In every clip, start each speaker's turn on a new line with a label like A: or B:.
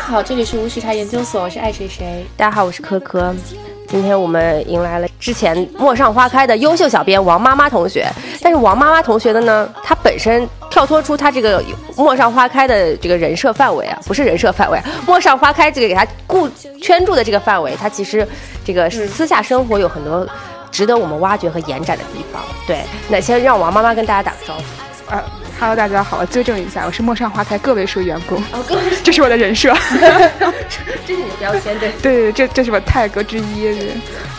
A: 好，这里是无时差研究所，我是爱谁谁。
B: 大家好，我是珂珂。今天我们迎来了之前《陌上花开》的优秀小编王妈妈同学，但是王妈妈同学的呢，她本身跳脱出她这个《陌上花开》的这个人设范围啊，不是人设范围，《陌上花开》这个给她固圈住的这个范围，她其实这个私下生活有很多值得我们挖掘和延展的地方。对，那先让王妈妈跟大家打个招呼。
C: 呃，Hello，大家好，纠正一下，我是陌上花开哦个位数员工，这是我的人 设，
B: 这是你的标签，对。
C: 对对，这这是我 tag 之一。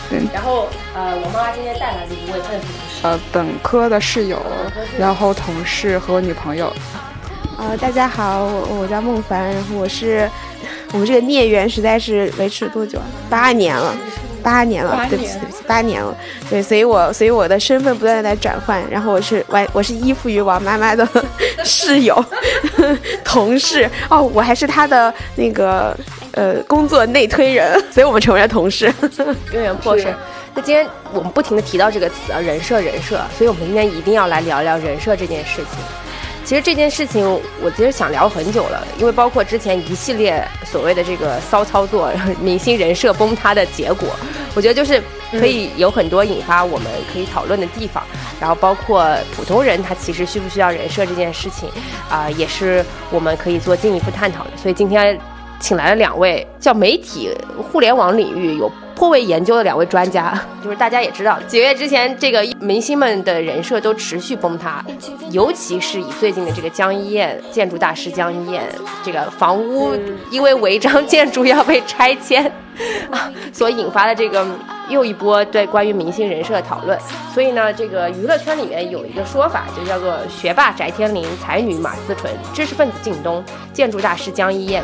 C: 对
B: 然后呃，王妈妈今天带来的一位问题是，
C: 呃，本科的室友，然后同事和女朋友，
D: 呃，大家好，我我叫孟凡，然后我是我们这个孽缘实在是维持多久啊？八年了，八年了，对不起，对不起，八年了。对，所以我所以我的身份不断的在转换，然后我是完我是依附于王妈妈的 室友、 同事，哦，我还是她的那个呃工作内推人，所以我们成为了同事。
B: 渊源破身。那今天我们不停的提到这个词啊，人设人设，所以我们今天一定要来聊聊人设这件事情。其实这件事情我其实想聊很久了，因为包括之前一系列所谓的这个骚操作，明星人设崩塌的结果，我觉得就是可以有很多引发我们可以讨论的地方。然后包括普通人他其实需不需要人设这件事情，啊、也是我们可以做进一步探讨的。所以今天请来了两位叫媒体互联网领域有颇为研究的两位专家， 就是大家也知道，几个月之前这个明星们的人设都持续崩塌，尤其是以最近的这个江一燕建筑大师江一燕这个房屋因为违章建筑要被拆迁。 啊，所引发的这个又一波对关于明星人设的讨论。所以呢，这个娱乐圈里面有一个说法，就叫做“学霸翟天临，才女马思纯，知识分子靳东，建筑大师江一燕”。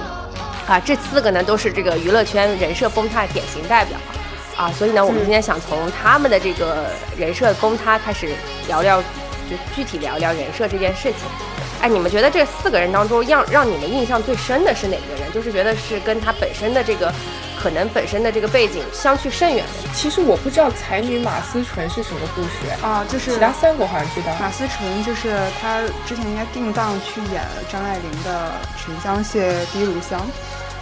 B: 啊，这四个呢都是这个娱乐圈人设崩塌的典型代表。啊，所以呢，我们今天想从他们的这个人设崩塌开始聊聊，就具体聊聊人设这件事情。哎，你们觉得这四个人当中，让让你们印象最深的是哪个人？就是觉得是跟他本身的这个，可能本身的这个背景相去甚远的。
A: 其实我不知道才女马思纯是什么故事，
C: 啊，就是
A: 其他三个好像知道。
C: 马思纯就是她之前应该定档去演张爱玲的《沉香屑滴乳香》，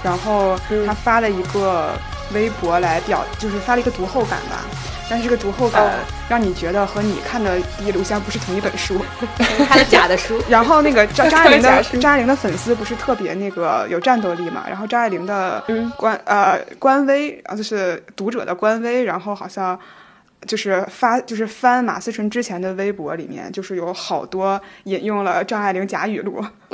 C: 然后她发了一个微博来表，就是发了一个读后感吧。但是这个读后感让你觉得和你看的《滴乳香》不是同一本书。
B: 看了假的书，
C: 然后那 个张张爱玲
A: 假
C: 的
A: 书
C: 张爱玲的粉丝不是特别那个有战斗力嘛？然后张爱玲的
A: 嗯
C: 官、呃官微啊，就是读者的官微，然后好像就是发就是翻马思纯之前的微博里面，就是有好多引用了张爱玲假语录，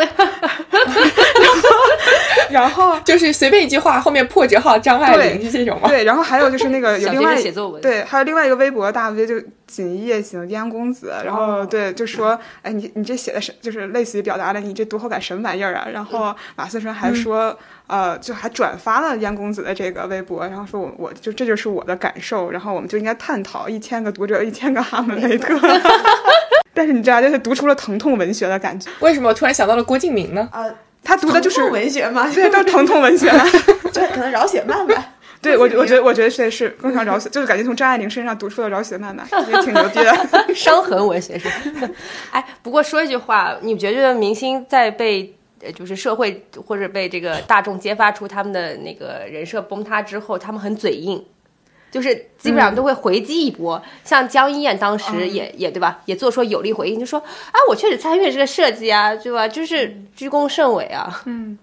C: 然后。
A: 就是随便一句话后面破折号张爱玲
C: 对
A: 是这种吗？
C: 对，然后还有就是 那个有
B: 小学
C: 另外
B: 生
C: 一
B: 写作文
C: 对，还有另外一个微博大 V 就锦衣夜行燕公子，然后、
B: 哦
C: 对就说，哎，你你这写的是就是类似于表达了你这读后感什么玩意儿啊？然后马思纯
B: 嗯
C: 还说，呃，就还转发了燕公子的这个微博，然后说我我就这就是我的感受，然后我们就应该探讨一千个读者一千个哈姆雷 特。 但是你知道，就是读出了疼痛文学的感觉。
A: 为什么我突然想到了郭敬明呢？
D: 啊，
C: 他读的就是
D: 文学嘛，
C: 对，都疼痛文 学。
D: 就可能饶雪漫吧。
C: 对我，我觉得，我觉得这是更像饶雪，就是感觉从张爱玲身上读出了饶雪漫漫，也挺牛逼的。
B: 伤痕文学是吧。 哎，不过说一句话，你觉得明星在被呃就是社会或者被这个大众揭发出他们的那个人设崩塌之后，他们很嘴硬。就是基本上都会回击一
C: 嗯
B: 波，像江一燕当时也、也对吧，也做出有力回应，就说啊，我确实参与了这个设计啊，对吧？就是居功甚伟啊，
C: 嗯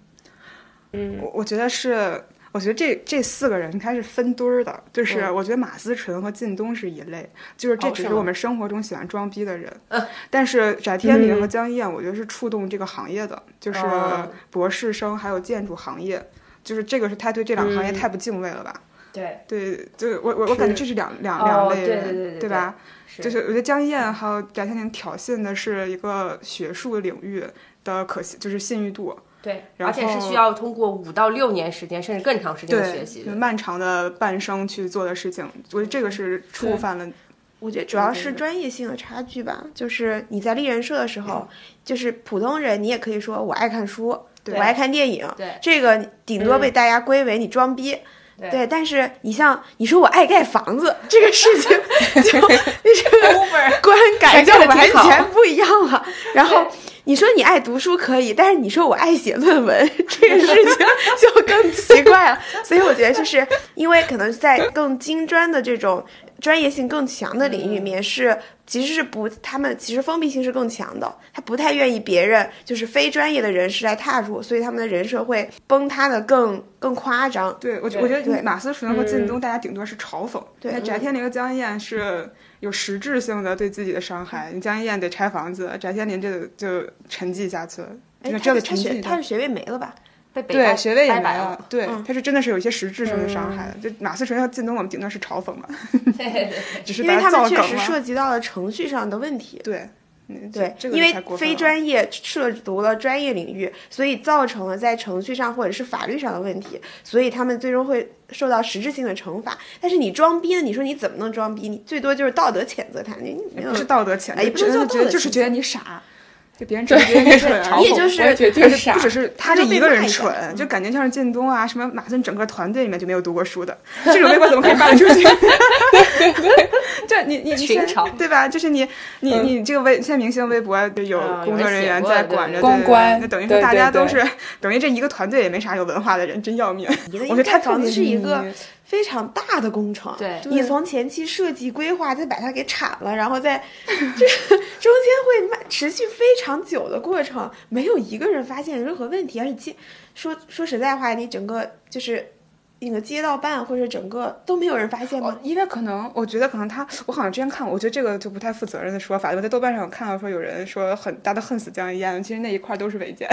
B: 嗯
C: 我我觉得是，我觉得这这四个人他是分堆儿的，就是
B: 嗯
C: 我觉得马思纯和靳东是一类，就是这
B: 哦
C: 只
B: 是
C: 是
B: 吗嗯
C: 我们生活中喜欢装逼的人。 但是翟天临和江一燕，我觉得是触动这个行业的，就是
B: 哦
C: 博士生还有建筑行业，就是这个是他对这两个行业太不敬畏了吧？
B: 嗯对，
C: 对，就是我我我感觉这是两两
B: 哦
C: 两类
B: 对
C: 人，
B: 对对对对
C: 吧？
B: 是
C: 就是我觉得江一燕还有翟天临挑衅的是一个学术领域的可信，就是信誉度，
B: 对，
C: 然
B: 而且是
C: 后
B: 需要通过五到六年时间，甚至更长时间的学
C: 对
B: 习，
C: 就
B: 的。
C: 漫长的半生去做的事情，我觉得这个是触犯了。
D: 我觉得主要是专业性的差距吧，就是你在立人设的时候，就是普通人你也可以说我爱看书，我爱看电影，
B: 对
D: 这个顶多
C: 嗯
D: 被大家归为你装逼。对，但是你像你说我爱盖房子这个事 情，就 就是观感
C: 还
D: 就
C: 干得
D: 完
C: 挺好
D: 全不一样了。然后你说你爱读书可以，但是你说我爱写论文这个事情就更奇怪了。所以我觉得，就是因为可能在更精专的这种专业性更强的领域里
C: 嗯
D: 面是，其实是不，他们其实封闭性是更强的，他不太愿意别人就是非专业的人士来踏入，所以他们的人设会崩塌的更更夸张。
C: 对，我觉我觉
D: 对
C: 得马思纯和靳东，大家顶多是嘲讽。
D: 对嗯
C: 那翟天临和江一燕是有实质性的对自己的伤害。你江一燕得拆房子，翟天临这就沉寂下去了，
D: 哎，
C: 就
D: 他
C: 这个
D: 的
C: 沉
D: 他
C: 寂
D: 学
C: 的
D: 他的学位没了吧？
B: 被北
C: 对
B: 大
C: 学位也
B: 掰
C: 没
B: 白
D: 哦
C: 了，对，
D: 嗯
C: 他是真的是有一些实质性的伤害的。就马思纯和靳东，我们顶多是嘲讽嘛， 只是
D: 因为
C: 把
D: 他
C: 造
D: 们确
C: 梗
D: 实涉
C: 了。
D: 及到了程序上的问题。
C: 对，嗯
D: 对，
C: 这这个
D: 因
C: 就
D: 为
C: 太过分
D: 非
C: 了
D: 专业涉足了专业领域，所以造成了在程序上或者是法律上的问题，所以他们最终会受到实质性的惩罚。但是你装逼呢？你说你怎么能装逼？你最多就是道德谴责他，你你没有
C: 不是道德谴责，
D: 哎也不是
C: 真
D: 叫
C: 的
D: 道
C: 觉得
D: 德
C: 就是
D: 谴
C: 觉得
D: 责
C: 你傻，就别人只是觉得你蠢而
A: 嘲
C: 已，
D: 也
A: 讽
D: 就是
A: 我也觉得就
C: 而
A: 是
C: 且
A: 傻
C: 不。只是他
D: 他
C: 这
D: 就被
C: 一个人
D: 骂一下
C: 蠢，就感觉像是靳东啊，什么马森整个团队里面就没有读过书的，这种微博怎么可以发得出去？对对 对，这你你你
B: 群
C: 现
B: 嘲
C: 对吧？就是你你
A: 嗯
C: 你这个微现在明星微博就有
B: 啊有
C: 工
B: 人
C: 作人
B: 写
C: 员
B: 过
C: 在
B: 对
C: 管着，
B: 对
C: 对
A: 公关
C: 那等于
A: 对
C: 说大
A: 对
C: 家都
A: 对
C: 是等于这一个团队也没啥有文化的人，真要命。
D: 因为
C: 我觉得太
D: 盖
C: 不
D: 房子是一个
C: 嗯
D: 非常大的工程，
B: 对
D: 你从前期设计规划再把它给铲了，然后再 这中间会慢持续非常久的过程，没有一个人发现任何问题，而且街说说实在话，你整个就是。那个街道办或者整个都没有人发现吗？
C: 因为可能我觉得可能他，我好像之前看过，我觉得这个就不太负责任的说法。我在豆瓣上有看到说有人说很大的恨死江一燕，其实那一块儿都是违建。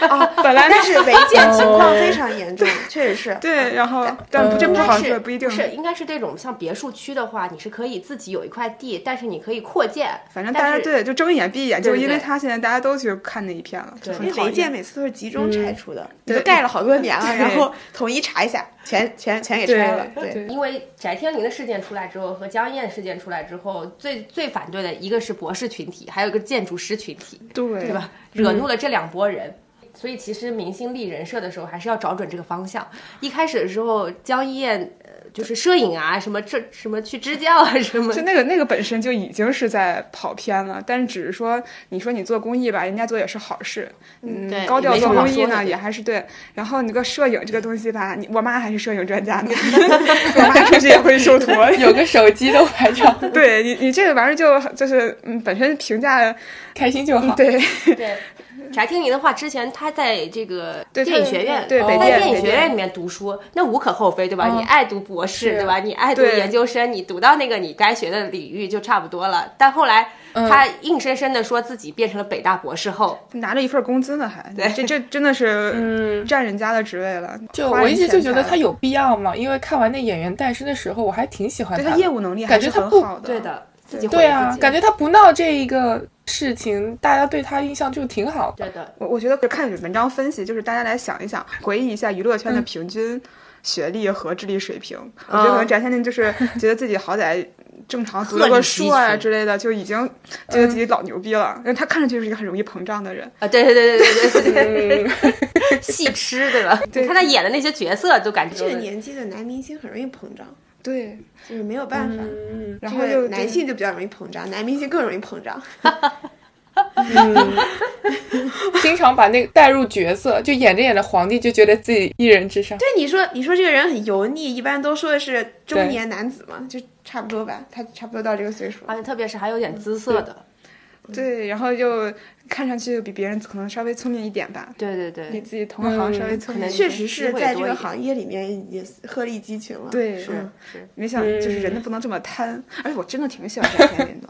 B: 哦
D: 啊，本来但是违建情况非常严重，确实是。啊
C: 对，然后但不这不好
B: 呃但
C: 说，
B: 是
C: 不一定。
B: 是，应该是这种像别墅区的话，你是可以自己有一块地，但是你可以扩建。
C: 反正大
B: 但
C: 家
B: 是
C: 对就睁一眼闭一眼，就
B: 对
C: 因为
B: 对
C: 他现在大家都去看那一片了，就
B: 对
C: 很
D: 因为
C: 讨
D: 违建
C: 厌。
D: 每次都是集中拆除的，你都
C: 对
D: 盖了好多年了，
C: 对
D: 然后统一查一下，全全全给
C: 对
D: 拆了。
C: 对
D: 对，
B: 因为翟天临的事件出来之后，和江一燕事件出来之后，最最反对的一个是博士群体，还有一个建筑师群体，
C: 对嗯
B: 对？吧？惹怒了这两拨人。所以其实明星立人设的时候，还是要找准这个方向。一开始的时候，江一燕呃就是摄影啊，什么这什么去支教啊，什么
C: 就那个那个本身就已经是在跑偏了，但是只是说你说你做公益吧，人家做也是好事，嗯，
B: 对
C: 高调
B: 没什
C: 做
B: 么好
C: 公益
B: 说的
C: 呢
B: 对
C: 也还是对。然后你个摄影这个东西吧，你我妈还是摄影专家 呢，我妈出去也会修图，
A: 有个手机都拍照，
C: 对你，你这个玩意儿就就是，嗯，本身评价
A: 开心就好。
C: 嗯对
B: 对，翟天临的话，之前他在这个
C: 对
B: 电影
C: 他
B: 学院，
C: 对
A: 北
B: 在
A: 电
B: 电影
C: 北
B: 学
C: 电
B: 院里面读书，那无可厚非，对吧？你爱读博士，
A: 是
B: 对吧？你爱读
C: 对
B: 研究生，你读到那个你该学的领域就差不多了。但后来他硬生生的说自己变成了北大博士后，
C: 拿着一份工资呢还，这 这真的是占人家的职位了。
A: 嗯就
C: 花
A: 我
C: 人
A: 一直就
C: 钱
A: 觉得
C: 财
A: 他
C: 了
A: 有必要吗？因为看完那《演员诞生》的时候，我还挺喜欢
C: 对
A: 他
C: 他
A: 的
C: 业务能力还
A: 感觉
C: 是
A: 他
C: 很
A: 不
C: 好的，
B: 对的，自己毁
A: 对
B: 了
A: 啊
B: 自，己，
A: 感觉他不闹这一个事情，大家对他印象就挺好的。
B: 对的，
C: 我我觉得看文章分析，就是大家来想一想，回忆一下娱乐圈
B: 嗯
C: 的平均学历和智力水平。我觉得可能翟天临 就是觉得自己好歹正常读
B: 哦
C: 了
B: 鹤立
C: 个
B: 鸡
C: 书啊
B: 群嗯
C: 之类的，就已经觉得自己老牛逼了。因为他看上去就是一个很容易膨胀的人，
B: 啊，对对对对对对对
A: 嗯
B: 对，戏痴，对吧？你看他演的那些角色，就感觉
D: 这个年纪的男明星很容易膨胀，
C: 对，
D: 就是没有办法。
A: 嗯，
C: 然
D: 这
C: 后
D: 个
C: 就
D: 男性就比较容易膨胀，男明星更容易膨胀。
A: 经常把那个带入角色，就演着演着皇帝就觉得自己一人之上。
D: 对，你说你说这个人很油腻，一般都说的是中
A: 对
D: 年男子嘛，就差不多吧，他差不多到这个岁数了
B: 而。且特别是还有点姿色的，
C: 啊对，然后就看上去比别人可能稍微聪明一点吧，
B: 对对
C: 比
B: 对，
C: 自己同行稍微聪明一
B: 嗯
C: 点。
D: 确实
B: 机
D: 是
B: 会
D: 在
B: 多一
D: 这个
B: 点
D: 行业里面已经鹤立鸡群了。
C: 对，
D: 嗯
B: 是。
C: 没想就是人都不能这么贪，而且我真的挺喜欢翟天临的，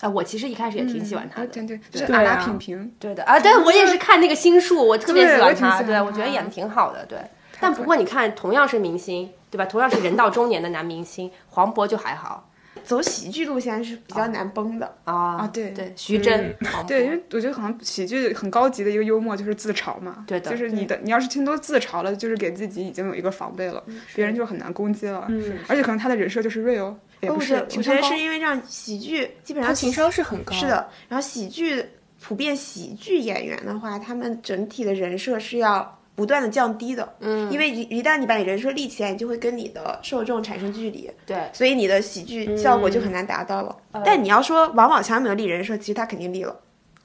B: 啊，我其实一开始也 挺喜欢他
C: 啊
B: 的，
C: 对对，就
B: 对
C: 是
A: 对
C: 阿拉
A: 啊
C: 品平，
B: 对的啊，但我也是看那个新术，我特别
C: 对
B: 喜
C: 我
B: 欢
C: 也挺喜
B: 他，
C: 欢
B: 对我觉得
C: 他
B: 演的挺好的，对。但
C: 可
B: 不过你看，同样是明星，对吧？同样是人到中年的男明星，黄渤就还好
D: 走喜剧路线是比较难崩的。
B: 啊
C: 啊对
B: 对，徐峥，黄
C: 对，因
B: 渤
C: 为我觉得好像喜剧很高级的一个幽默就是自嘲嘛，
B: 对的
C: 就是你的你要是听都自嘲了，就是给自己已经有一个防备了，
B: 嗯
C: 别人就很难攻击了，
A: 嗯，
C: 而且可能他的人设就是 real，也
B: 哦
D: 我
C: 不
D: 觉
C: 是
D: 得，我
C: 情
D: 觉
C: 商
D: 得
C: 高
D: 是因为让喜剧基本
A: 他
D: 上
A: 情商是很高，
D: 是，的，然后喜剧普遍喜剧演员的话，他们整体的人设是要不断的降低的，嗯，因为一一旦你把你人设立起来，你就会跟你的受众产生距离，
B: 对
D: 所以你嗯的喜剧效果就很难达到了。但你要说王宝强有没有立人设，其实他肯定立了，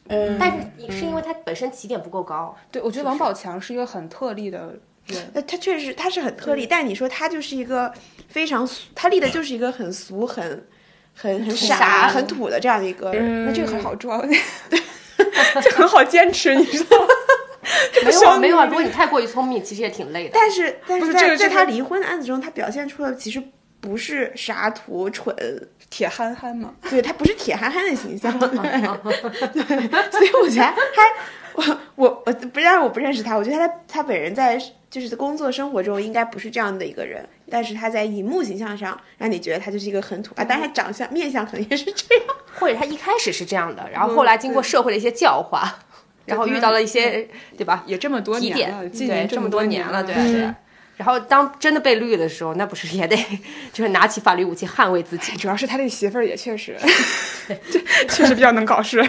A: 嗯
B: 但是是因为他本身起点不够高，
C: 对，我觉得王宝强是一个很特例的人，
D: 那他确实他是很特例，但你说他就是一个非常俗，他立的就是一个很俗、很很很傻、嗯很土的这样的一个
B: 嗯
D: 人。
C: 那这个很好抓，这很好坚持，你知道吗？
B: 没有
C: 小
B: 啊
C: 女
B: 没有啊。
C: 人
B: 如果你太过于聪明，其实也挺累的。
D: 但是但
C: 不
D: 是
C: 是
D: 在
C: 这个
D: 在
C: 这个
D: 他离婚的案子中，他表现出了其实不是傻土蠢，
C: 铁憨憨嘛，
D: 对他不是铁憨憨的 形象，对，对所以我觉得他，我我我不但我不认识他，我觉得他他本人在就是工作生活中应该不是这样的一个人，但是他在荧幕形象上让你觉得他就是一个很土啊，但是他长相面相可能也是这样，
B: 或者他一开始是这样的，然
C: 嗯
B: 后后来经过社会的一些教化，然后遇到了一些，对吧？
C: 也这么嗯多
B: 提
C: 年
B: 点
C: 了，，今
B: 对，
C: 年
B: 这
C: 么
B: 多
C: 年
B: 了，对啊
C: 嗯
B: 对啊。然后当真的被绿的时候，那不是也得 就是拿起法律武器捍卫自己？
C: 主要是他这媳妇儿也确 实， 这确实比较能搞事。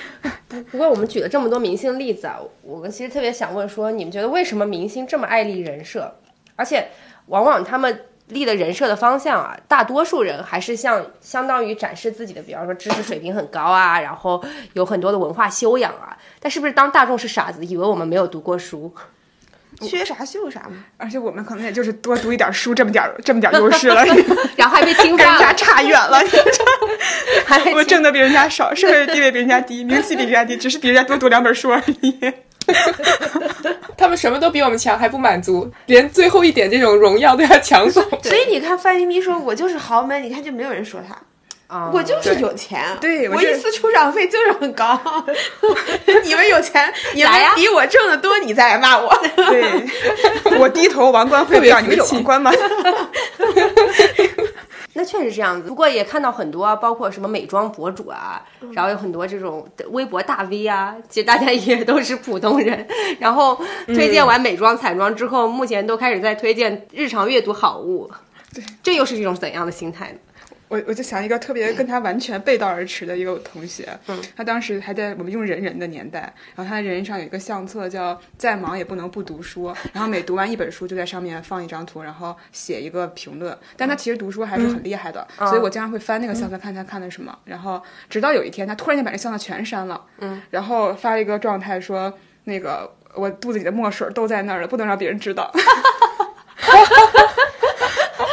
B: 不过我们举了这么多明星例子啊，我们其实特别想问说，你们觉得为什么明星这么爱立人设？而且往往他们立的人设的方向啊，大多数人还是像相当于展示自己的，比方说知识水平很高啊，然后有很多的文化修养啊。但是不是当大众是傻子，以为我们没有读过书？
D: 缺啥秀啥嘛，
C: 而且我们可能也就是多读一点书，这么点儿这么点儿优势了，
B: 然后还被听
C: 跟人
B: 话
C: 家，差远了。
B: 还被
C: 我
B: 听
C: 挣的比人家少，社会地位比人家 低，名气比人家低，只是比人家多读两本书而已。
A: 他们什么都比我们强，还不满足，连最后一点这种荣耀都要抢 走。
D: 所以你看范冰冰说我就是豪门，你看就没有人说她。
B: 啊，
D: 我就是有钱，
C: 对
D: 我
C: 我这
D: 一次出场费就是很 高。你们有钱，你们
B: 来呀
D: 比我挣的多，你再来骂我。
C: 对， 我低头王冠会不让你们有王冠吗？
B: 那确实这样子，不过也看到很多啊，包括什么美妆博主啊，然后有很多这种微博大 V 啊，其实大家也 都是普通人。然后推荐完美妆、彩妆之后，目前都开始在推荐日常阅读好物。对，这又是一种怎样的心态呢？
C: 我我就想一个特别跟他完全背道而驰的一个同学，嗯，他当时还在我们用人人的年代，然后他的人人上有一个相册叫“再忙也不能不读书”，然后每读完一本书就在上面放一张图，然后写一个评论。但他其实读书还是
A: 嗯
C: 很厉害的，所以我经常会翻那个相册看他看的什么。然后直到有一天，他突然间把这相册全删了，嗯，然后发了一个状态说那个。我肚子里的墨水都在那儿了，不能让别人知道。
B: 还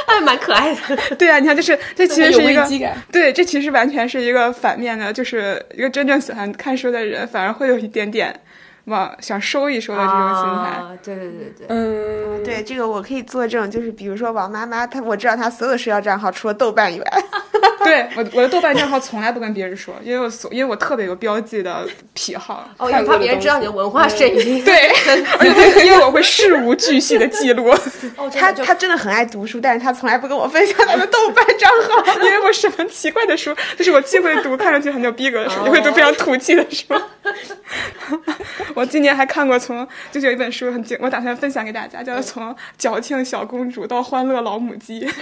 B: 哎蛮可爱的。
C: 对啊，你看，就是这其实
A: 有
C: 是一个
A: 危机感。
C: 对，这其实完全是一个反面的，就是一个真正喜欢看书的人，反而会有一点点往想收一收的这种心态。
B: 啊，对对对对，
A: 嗯，
D: 对这个我可以作证，就是比如说王妈妈，她我知道她所有社交账号除了豆瓣以外，
C: 对我我的豆瓣账号从来不跟别人说， 因为我所因为我特别有标记的癖好。
B: 哦，也怕别人知道你的嗯文化水平。
C: 对，而且 因为我会事无巨细的记录，
B: 哦，真
D: 她
B: 的就
D: 她真的很爱读书，但是她从来不跟我分享她的豆瓣账号。
C: 因为我什么奇怪的书，就是我既会读看上去很有逼格的书，也会读非常土气的书。 我今年还看过从，就是有一本书很精，我打算分享给大家，叫做《从矫情小公主到欢乐老母鸡》。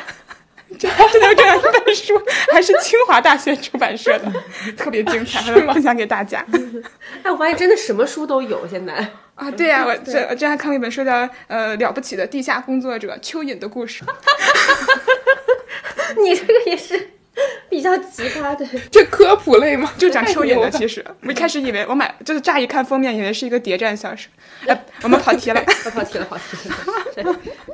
C: 真真的有这样一本书，还是清华大学出版社的，特别精彩，我分享给大家。
B: 哎，我发现真的什么书都有现在。
C: 啊，对呀、我这我之前还看过一本书叫《呃了不起的地下工作者蚯蚓的故事》，
B: 你这个也是比较奇葩的。
A: 这科普类吗？
C: 就讲蚯
A: 太
C: 蚓 的。
A: 牛了
C: 其实我一开始以为我买就是乍一看封面，以为是一个谍战小说。哎，我们跑题了。
B: 跑题了，跑题了。对，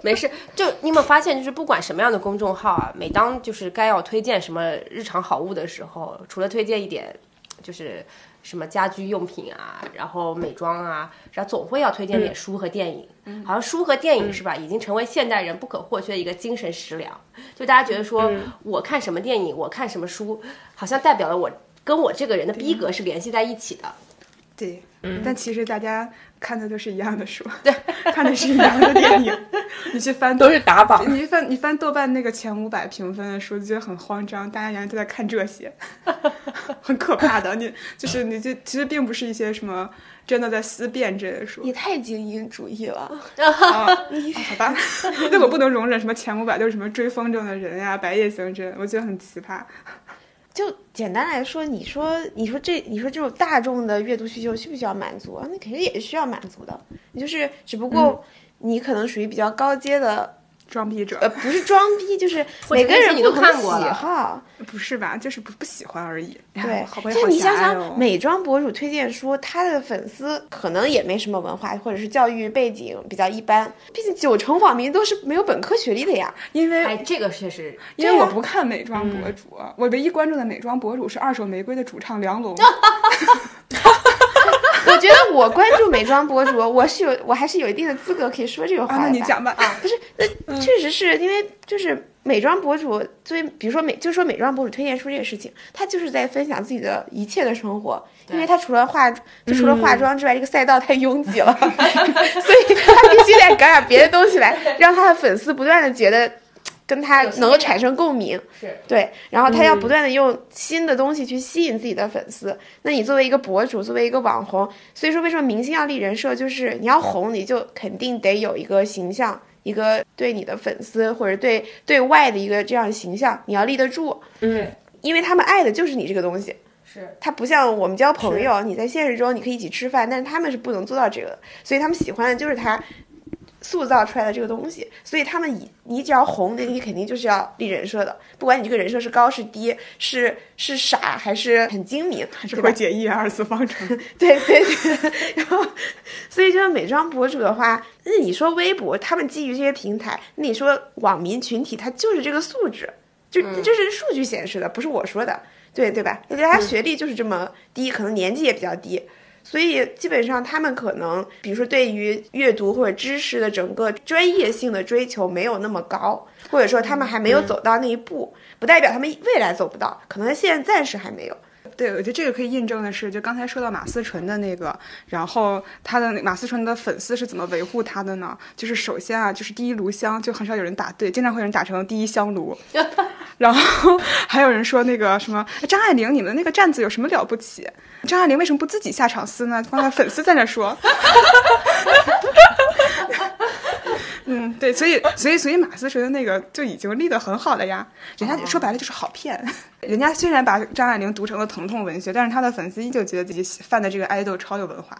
B: 没事。就你有没有发现，就是不管什么样的公众号啊，每当就是该要推荐什么日常好物的时候，除了推荐一点，就是什么家居用品啊，然后美妆啊，然后总会要推荐点书和电影。好像书和电影是吧，已经成为现代人不可或缺的一个精神食粮。就大家觉得说，我看什么电影，我看什么书，好像代表了我跟我这个人的逼格是联系在一起的。
C: 对，但其实大家看的都是一样的书，嗯对， 看的是一样的电影。你去翻
A: 都是打榜，
C: 你翻你翻豆瓣那个前五百评分的书，就觉得很慌张，大家原来都在看这些， 很可怕的。你就是你这其实并不是一些什么真的在思辨这类的书
D: 你太精英主义了，
C: 啊，啊好吧？ 对我不能容忍什么前五百都是什么追风筝的人呀、白夜行真，我觉得很奇葩。
D: 就简单来说，你说你说这你说这种大众的阅读需求需不需要满足啊？
C: 嗯
D: 那肯定也是需要满足的，你就是只不过你可能属于比较高阶的
C: 装逼者
D: 呃，不是装逼， 就是
B: 或者
D: 每个人
B: 你都
D: 不同
B: 看
D: 的
B: 过
D: 喜
B: 了
D: 好。
C: 不是吧？就是不不喜欢而已。哎呀
D: 对
C: 好，朋友
D: 就
C: 好
D: 是你想
C: 狭隘
D: 想，
C: 哦
D: 美妆博主推荐书，他的粉丝可能也没什么文化，或者是教育背景比较一般，毕竟九成网民都是没有本科学历的呀。
C: 因
B: 哎，
C: 为
B: 这个确实，
C: 因为我不看美妆
D: 嗯
C: 博主，啊我唯一关注的美妆博主是二手玫瑰的主唱梁龙。啊
D: 我觉得我关注美妆博主，我是有，我还是有一定的资格可以说这个话
C: 啊，
D: 的吧。
C: 那你讲吧啊，
D: 不是，那
B: 嗯
D: 确实是因为就是美妆博主作为，比如说美，就说美妆博主推荐书这个事情，他就是在分享自己的一切的生活，因为他除了化，就除了
B: 嗯
D: 化妆之外，这个赛道太拥挤了， 所以他必须得搞点别的东西来，让他的粉丝不断的觉得。跟他
B: 有新
D: 能够
B: 鲜
D: 产生共鸣，
B: 是嗯
D: 对，然后他要不断的用新的东西去吸引自己的粉丝。那你作为一个博主，作为一个网红，所以说为什么明星要立人设，就是你要红，你就肯定得有一个形象，一个对你的粉丝或者对对外的一个这样的形象，你要立得住，
A: 嗯，
D: 因为他们爱的就是你这个东西。
B: 是
D: 他不像我们交朋友，你在现实中你可以一起吃饭，但是他们是不能做到这个的，所以他们喜欢的就是他塑造出来的这个东西。所以他们以你只要红，那你肯定就是要立人设的，不管你这个人设是高是低，是是傻还是很精明，
C: 还是
D: 对吧
C: 会解一元二次方程。
D: 对对对， 然后所以就是美妆博主的话，那你说微博，他们基于这些平台，那你说网民群体，他就是这个素质，就这是数据显示的，不是我说的，对对吧？大家学历就是这么低，可能年纪也比较低。所以基本上，他们可能，比如说对于阅读或者知识的整个专业性的追求没有那么高，或者说他们还没有走到那一步，不代表他们未来走不到，可能现在暂时还没有。
C: 对，我觉得这个可以印证的是，就刚才说到马思纯的那个，然后他的那马思纯的粉丝是怎么维护他的呢？就是首先啊，就是第一炉香就很少有人打对，经常会有人打成第一香炉，然后还有人说那个什么哎张爱玲，你们那个站子有什么了不起？张爱玲为什么不自己下场撕呢？光才粉丝在那说。 嗯，对，所以所以所以马思纯的那个就已经立得很好了呀，人
D: 哦
C: 家说白了就是好骗。人家虽然把张爱玲读成了疼痛文学，但是他的粉丝依旧觉得自己犯的这个爱豆超有文化，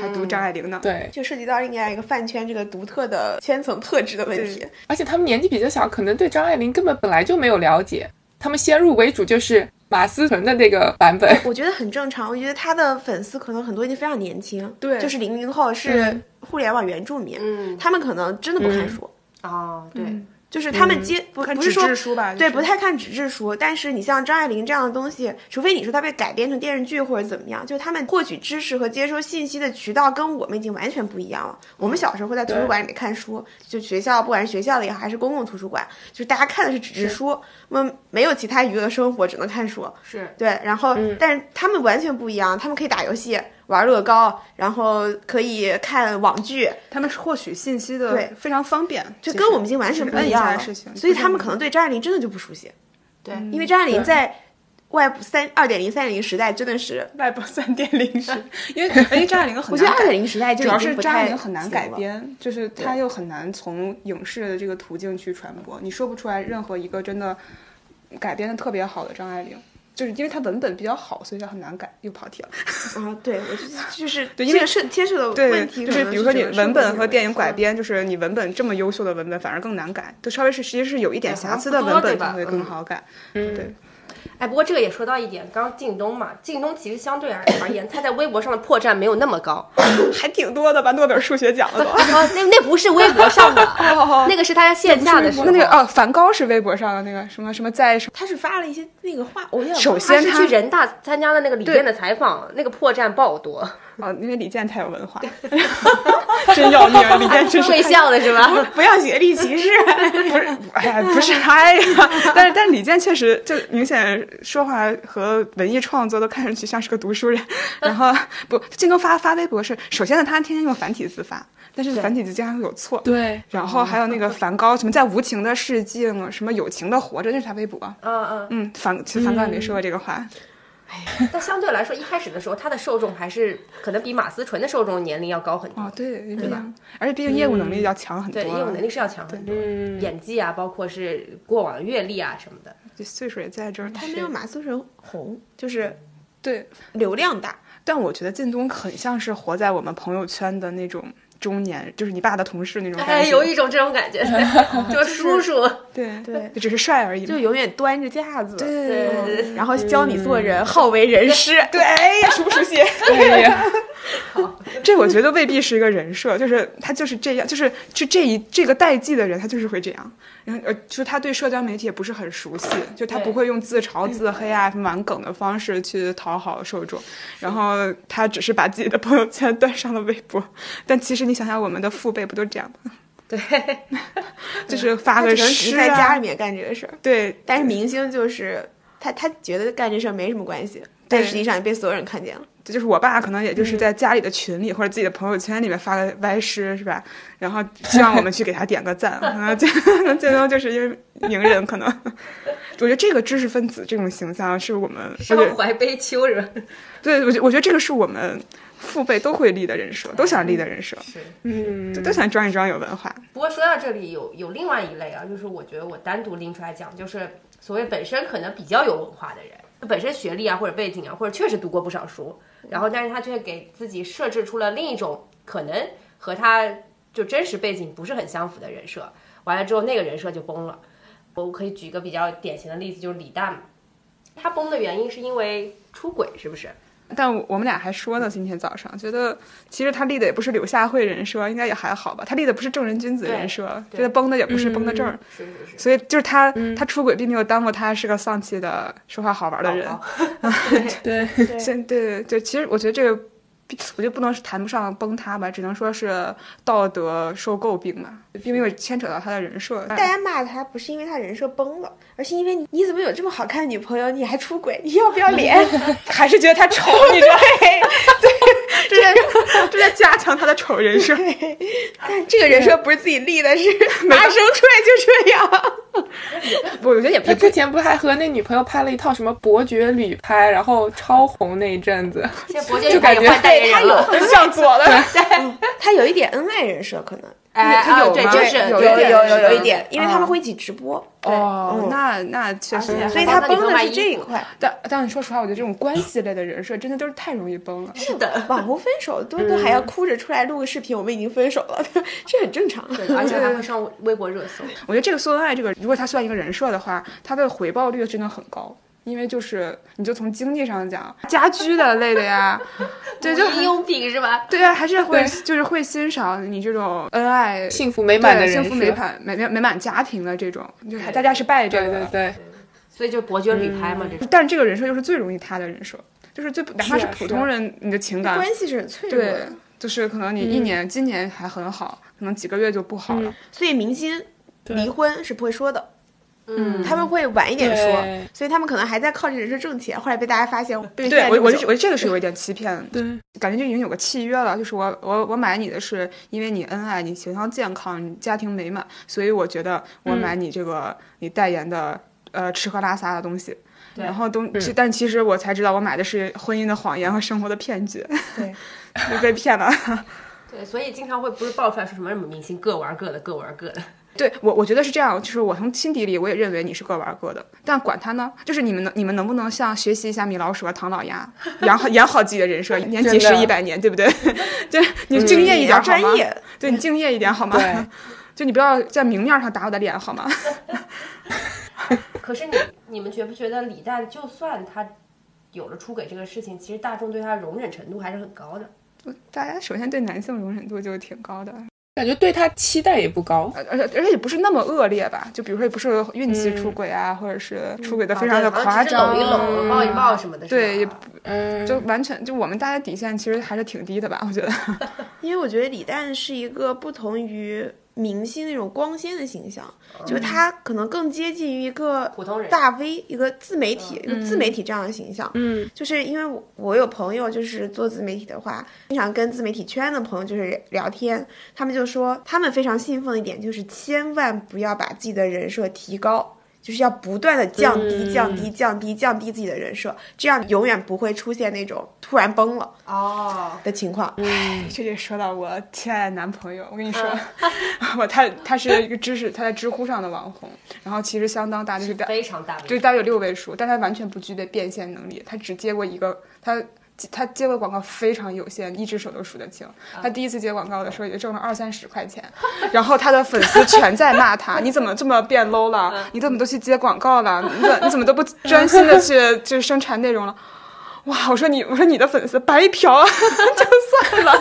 C: 还读张爱玲呢。
A: 对，
D: 就涉及到另外一个饭圈这个独特的圈层特质的问题
C: 对。
A: 而且他们年纪比较小，可能对张爱玲根本本来就没有了解，他们先入为主就是马思纯的那个版本。
D: 我觉得很正常，我觉得他的粉丝可能很多已经非常年轻，
C: 对
D: 就是零零后，是互联网原住民，
B: 嗯
D: 他们可能真的不看书，
B: 哦，对，
D: 就是嗯他们接、不
C: 看
D: 不是
C: 纸
D: 说
C: 质书吧，
D: 对
C: 就是
D: 不太看纸质书，但是你像张爱玲这样的东西，除非你说它被改编成电视剧或者怎么样，就是他们获取知识和接收信息的渠道跟我们已经完全不一样了。我们小时候会在图书馆里面看书，就学校不管是学校的也好，还是公共图书馆，就是大家看的是纸质书，那么没有其他娱乐生活，只能看书。
B: 是
D: 对，然后、但是他们完全不一样，他们可以打游戏、玩乐高，然后可以看网剧，
C: 他们是获取信息的
D: 对
C: 非常方便，
D: 就
C: 其
D: 跟
C: 实
D: 我们已经完全
C: 就是
D: 不
C: 摁一
D: 样
C: 下
D: 了。
C: 的事情，
D: 所以
C: 不是
D: 他们
C: 我
D: 可能对张爱玲真的就不熟悉，
B: 对，
D: 因为张爱玲在外部三二点零、三点零时代真的是，
C: 外部三点零是， 因为因为张爱玲很
D: 我觉得
C: 难
D: 二点
C: 改，
D: 零时代就
C: 主要
D: 已
C: 是
D: 经不
C: 张爱
D: 太
C: 玲很难
D: 行
C: 改
D: 了。
C: 编，就是她又很难从影视的这个途径去传播，你说不出来任何一个真的改编的特别好的张爱玲。就是因为她文本比较好，所以她很难改，又跑题了。
D: 啊，对，我就就是
C: 对因
D: 这
C: 为
D: 个涉牵涉的
C: 对，
D: 问题，
C: 就是比如说你文本和电影改，编，就是你文本这么优秀的文本反而更难改，就稍微是其实是有一点
B: 对好
C: 瑕
B: 像
C: 疵
B: 不
C: 的
B: 多
C: 文
B: 对
C: 本
B: 吧
C: 它会
B: 嗯
C: 更好改。
A: 嗯
C: 对，
B: 哎，不过这个也说到一点，刚刚靳东嘛，靳东其实相对而而言，他在微博上的破绽没有那么高。
C: 还挺多的吧，诺贝尔数学奖了都。
B: 哦，那那不是微博上
C: 哦
B: 的，那个是他在线下的时候。
C: 那那个哦，梵高是微博上的那个什么什么在什么
D: 他是发了一些那个画，我有点
C: 首
D: 忘了
B: 他
C: 先
B: 是
C: 他
B: 去人大参加了那个李健的采访，那个破绽爆多，
C: 哦，因为李健太有文化， 真要命！啊李健真是
B: 对象了是吧？
D: 不要学历 歧视。
C: 不是，哎呀，不是他呀。但是但是李健确实就明显说话和文艺创作都看上去像是个读书 人。然后不，靳东发发微博是，首先呢，他天天用繁体字发，但是繁体字经常会有错。
A: 对，
C: 然后还有 那个梵高，什么在无情的世界嘛，什么有情的活着，这是他微博。
B: 嗯嗯。
C: 嗯，梵其实梵高也没说过这个话。
B: 但相对来说，一开始的时候，他的受众还是可能比马思纯的受众年龄要高很多。
C: 哦，对，对吧？而且毕竟业务能力要强很
B: 嗯
C: 多啊
B: 对，
C: 了，
B: 业务能力是要强很多，演技啊，包括是过往的阅历啊什么的。
C: 对岁数也在这儿，
B: 嗯
D: 他没有马思纯红，就是
C: 对。
D: 流量大。
C: 但我觉得靳东很像是活在我们朋友圈的那种中年，就是你爸的同事那种感觉。
B: 哎，有一种这种感 觉，就是嗯叔叔。
C: 对
D: 对
C: 就只是帅而已嘛。
D: 就永远端着架子，嗯
C: 对
B: 对对对
D: 然后教你做人，好为人师。
C: 对，熟不熟 悉？
A: 哎呀，
C: 这我觉得未必是一个人设，就是他就是这样，就是就这一这个代际的人，他就是会这样。然后呃，就他对社交媒体也不是很熟悉，就他不会用自嘲、自黑啊、什么玩梗的方式去讨好受众，然后他只是把自己的朋友圈端上了微博。但其实你想想，我们的父辈不都这样 吗？
B: 对，
C: 就是发
D: 他
C: 个
D: 只能只
C: 诗、
D: 是
C: 啊、
D: 在家里面干这个事儿，
C: 对，
D: 但是明星就是他，他觉得干这事儿没什么关系，但实际上被所有人看见了。
C: 这就是我爸，可能也就是在家里的群里或者自己的朋友圈里面发个歪诗，是吧？然后希望我们去给他点个赞，可能最可能最多就是因为名人，可能我觉得这个知识分子这种形象是我们，我觉
B: 伤
C: 得
B: 怀悲秋是吧？
C: 对，我觉得我觉得这个是我们父辈都会立的人设，都想立的人设，
B: 是。
A: 嗯，
C: 都想装一装有文化。
B: 不过说到这里，有有另外一类啊，就是我觉得我单独拎出来讲，就是所谓本身可能比较有文化的人，本身学历啊或者背景啊，或者确实读过不少书，然后但是他却给自己设置出了另一种可能和他就真实背景不是很相符的人设，完了之后那个人设就崩了。我可以举一个比较典型的例子，就是李诞嘛，他崩的原因是因为出轨，是不是？
C: 但我们俩还说呢，今天早上觉得其实他立的也不是柳下惠人设，应该也还好吧。他立的不是正人君子
B: 对
C: 人设，
B: 对
C: 觉得崩的也不是崩的正儿。
B: 嗯是是是。
C: 所以就是他，他出轨并没有耽误他是个丧气的、说话好玩的人。
B: 好
A: 对，
C: 现对对，其实我觉得这个，我觉得不能谈不上崩塌吧，只能说是道德受诟病吧，并没有牵扯到他的人设。
D: 大家骂他不是因为他人设崩了，而是因为你你怎么有这么好看的女朋友，你还出轨，你要不要 脸？
C: 还是觉得他丑， 你知道吗？
D: 这个
C: 这这在加强他的丑人 设。
D: 但这个人设不是自己立的，是 妈生出来就这样。
C: 不，我觉得 也
A: 他
C: 不
A: 之前不还和那女朋友拍了一套什么伯爵旅拍，然后超红那一阵 子。
B: 现在伯爵也换代言
D: 他
B: 人了，
D: 有向左了，他有一点恩爱人设可能。
B: 哎，
C: 他有
B: 啊对，
C: 吗
B: 就是
C: 有
D: 有
C: 一点
D: 有有
B: 是的
D: 有一点，因为啊他们会一起直播，
C: 哦
D: 嗯，
C: 那那确实。
D: 所以他崩的是这一
B: 还帮他女朋友买
D: 块。
C: 但但说实话，我觉得这种关系类的人设真的都是太容易崩了。
B: 是的，
D: 网红分手都都还要哭着出来录个视频，我们已经分手了， 这很正常。
B: 而且还会上微博热 搜。
C: 我觉得这个秀恩爱，这个如果它算一个人设的话，它的回报率真的很高，因为就是你就从经济上讲，家居的类的 呀，对，就很
B: 用品是吧？
C: 对啊，还是会
A: 对
C: 就是会欣赏你这种恩爱、
A: 幸福美
C: 美
A: 满的人
C: 幸
A: 设，
C: 福美满、美美美满家庭的这种，就是大家是拜这
A: 对
C: 个
A: 对
C: 的。
A: 对，
B: 所以就是伯爵旅拍嘛，这种。
C: 但这个人设又是最容易塌的人设，就是最哪怕
A: 是
C: 是
A: 啊
C: 普
A: 是
C: 通
A: 啊
C: 人，你的情感
D: 关系是很脆弱
C: 对
D: 的，，
C: 就是可能你
A: 嗯
C: 一年、今年还很好，可能几个月就不好了。
D: 所以明星
A: 对
D: 离婚是不会说的，
B: 嗯
D: 他们会晚一点
A: 对
D: 说，所以他们可能还在靠这人设挣钱，后来被大家发现被
C: 对
D: 骗
C: 我，
D: 了
C: 我
D: 这么
C: 就
D: 久
C: 我觉得这个是有一点欺骗，
A: 对，
C: 感觉就已经有个契约了，就是我我我买你的是因为你恩爱，你形象健康，你家庭美满，所以我觉得我
D: 嗯
C: 买你这个、你代言的呃吃喝拉撒的东西。
B: 对
C: 然后都，
D: 嗯
C: 其但其实我才知道，我买的是婚姻的谎言和生活的骗局，
D: 对，
C: 就被骗了。
B: 对，所以经常会不是爆出来说什么什么明星各玩各的，各玩各的。
C: 对我，我觉得是这样，就是我从心底里我也认为你是各玩各的，但管他呢，就是你们能你们能不能像学习一下米老鼠和唐老鸭，养好养好自己的人设，年几十
A: 真的
C: 一百年，对不对？ 对，你敬业一
D: 你
C: 点
D: 要
C: 好吗？
D: 嗯专业，
C: 对你敬业一点好吗
A: 对？
C: 就你不要在明面上打我的脸好吗？
B: 可是你你们觉不觉得李诞就算他有了出轨这个事情，其实大众对他容忍程度还是很高的。
C: 大家首先对男性容忍度就挺高的，
A: 感觉对他期待也不高。
C: 而而且而且也不是那么恶劣吧？就比如说也不是孕期出轨啊，或者是出轨的非常的
B: 啊对
C: 夸张，
B: 好像只是搂一搂、抱一抱什么的，
C: 对，
B: 是
C: 也
B: 吧
A: 嗯，
C: 就完全就我们大家底线其实还是挺低的吧？我觉得，
D: 因为我觉得李诞是一个不同于明星那种光鲜的形象，
C: 嗯
D: 就是他可能更接近于一个
B: 普通人
D: 大 V，一个自媒体，
C: 嗯
D: 一个自媒体这样的形象。
A: 嗯，
D: 就是因为我我有朋友就是做自媒体的话，经常跟自媒体圈的朋友就是聊天，他们就说他们非常信奉的一点就是千万不要把自己的人设提高。就是要不断的降低、降低、降低、降低自己的人设，这样永远不会出现那种突然崩了
B: 哦，
D: 的情况。
C: 这就说到我亲爱的男朋友，我跟你说， 我他他是一个知识，他在知乎上的网红，然后其实相当大，就是大
B: 非常大的。
C: 就是大约有六位数，但他完全不具备变现能力，他只接过一个，他他接过广告非常有限，一只手都数得清。他第一次接广告的时候也挣了二三十块钱，然后他的粉丝全在骂他：“你怎么这么变 low 了？你怎么都去接广告了？你怎你怎么都不专心的去就是生产内容了？”哇！我说你，我说你的粉丝白嫖 就算了，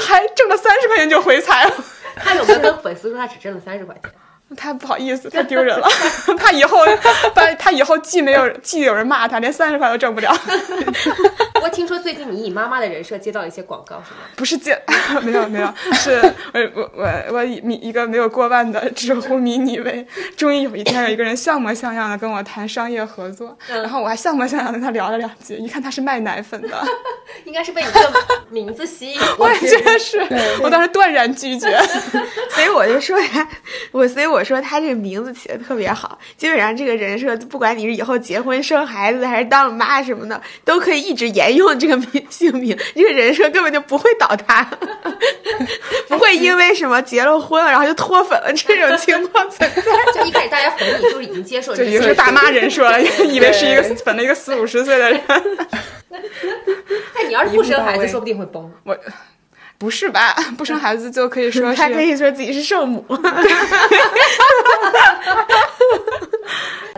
C: 还挣了三十块钱就回踩了。
B: 他有没有跟粉丝说他只挣了三十块钱？
C: 太不好意思，太丢人了。 他以后，他他以后既没有既有人骂他，连三十块都挣不了。
B: 我听说最近你以妈妈的人设接到一些广告，是吗？
C: 不是接， 没有没有，是我我我我以一个没有过万的知乎迷你为，终于有一天有一个人像模像样的跟我谈商业合作，
D: 嗯
C: 然后我还像模像样的跟他聊了两句，一看他是卖奶粉 的，
B: 应该是被你这个名字吸引。
C: 我也觉得是，我当时断然拒绝，
D: 所以我就说呀，我 所以我。我说他这个名字起的特别好，基本上这个人设，不管你是以后结婚生孩子，还是当了妈什么的，都可以一直沿用这个名姓名。这个人设根本就不会倒 塌，不会因为什么结了婚了然后就脱粉了这种情况存在。
B: 就一开始大家粉你，就是已经接受，
C: 就已经是大妈人设了，以为是一个粉了一个四五十岁的人。
B: 哎，你要是不生孩子，说不定会崩。
C: 我。不是吧？不生孩子就可以说
D: 他可以说自 己是圣母。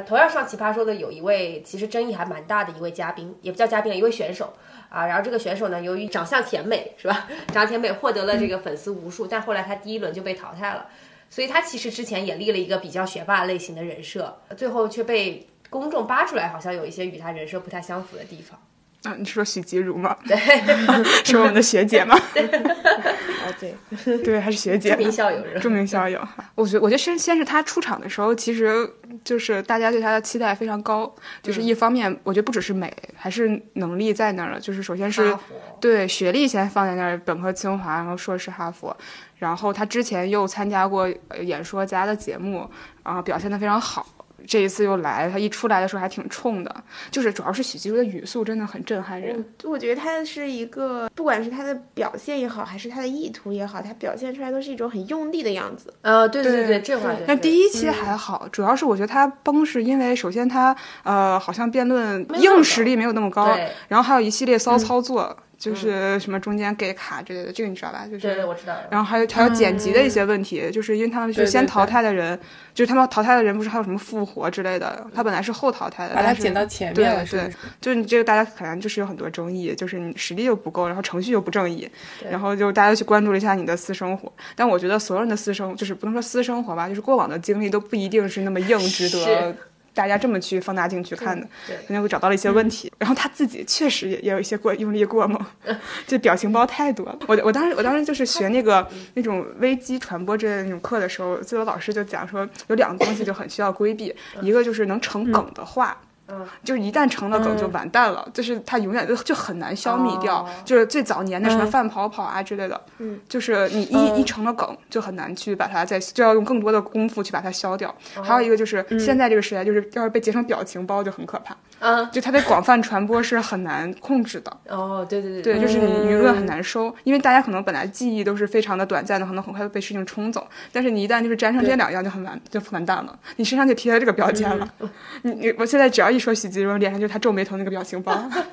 B: 同样上奇葩说的有一位，其实争议还蛮大的一位嘉宾，也不叫嘉宾了，一位选手啊。然后这个选手呢，由于长相甜美，是吧？长甜美获得了这个粉丝无数，但后来他第一轮就被淘汰了。所以他其实之前也立了一个比较学霸类型的人设，最后却被公众扒出来，好像有一些与他人设不太相符的地方。
C: 啊，你说许吉如吗？
B: 对，
C: 是我们的学姐吗？
B: 对，
D: 啊对，
C: 对，还是学姐，
B: 著名校友是吧？
C: 著名校友，我觉我觉得先先是他出场的时候，其实就是大家对他的期待非常高，就是一方面，我觉得不只是美，还是能力在那儿了，就是首先是对学历先放在那儿，本科清华，然后硕士哈佛，然后他之前又参加过呃演说家的节目，然后表现的非常好。这一次又来，他一出来的时候还挺冲的，就是主要是许基如的语速真的很震撼人。
D: 我觉得他是一个，不管是他的表现也好，还是他的意图也好，他表现出来都是一种很用力的样子。
B: 呃，对对对，这块。
C: 那第一期还好，主要是我觉得他崩是因为首先他呃好像辩论硬实力没有那么高，然后还有一系列骚操作，就是什么中间给卡之类的，这个你知道吧？就是
B: 对对，我知道。
C: 然后还有还有剪辑的一些问题，就是因为他们是先淘汰的人。就是他们淘汰的人不是还有什么复活之类的，他本来是后淘汰的，
A: 把他剪到前面
C: 了。对，就是你这个大家可能就是有很多争议，就是你实力又不够，然后程序又不正义，然后就大家去关注了一下你的私生活。但我觉得所有人的私生就是不能说私生活吧，就是过往的经历都不一定是那么硬值得大家这么去放大镜去看的，可能会找到了一些问题。嗯、然后他自己确实也也有一些过用力过猛， 这表情包太多了。我我当时我当时就是学那个那种危机传播之类的那种课的时候，自由老师就讲说有两个东西就很需要规避，一个就是能成梗的话。嗯就是一旦成了梗就完蛋了，就是它永远就就很难消弭掉。就是最早年的什么范跑跑啊之类的，就是你一一成了梗就很难去把它再，就要用更多的功夫去把它消掉。还有一个就是现在这个时代，就是要是被截成表情包就很可怕。
B: 啊，
C: 就它的广泛传播是很难控制的。
B: 哦，对对
C: 对，对，就是你舆论很难收，因为大家可能本来记忆都是非常的短暂的，可能很快就被事情冲走。但是你一旦就是沾上这两样就很完就完蛋了，你身上就贴了这个标签了。 你你我现在只要一。说许吉荣脸上就是他皱眉头那个表情包，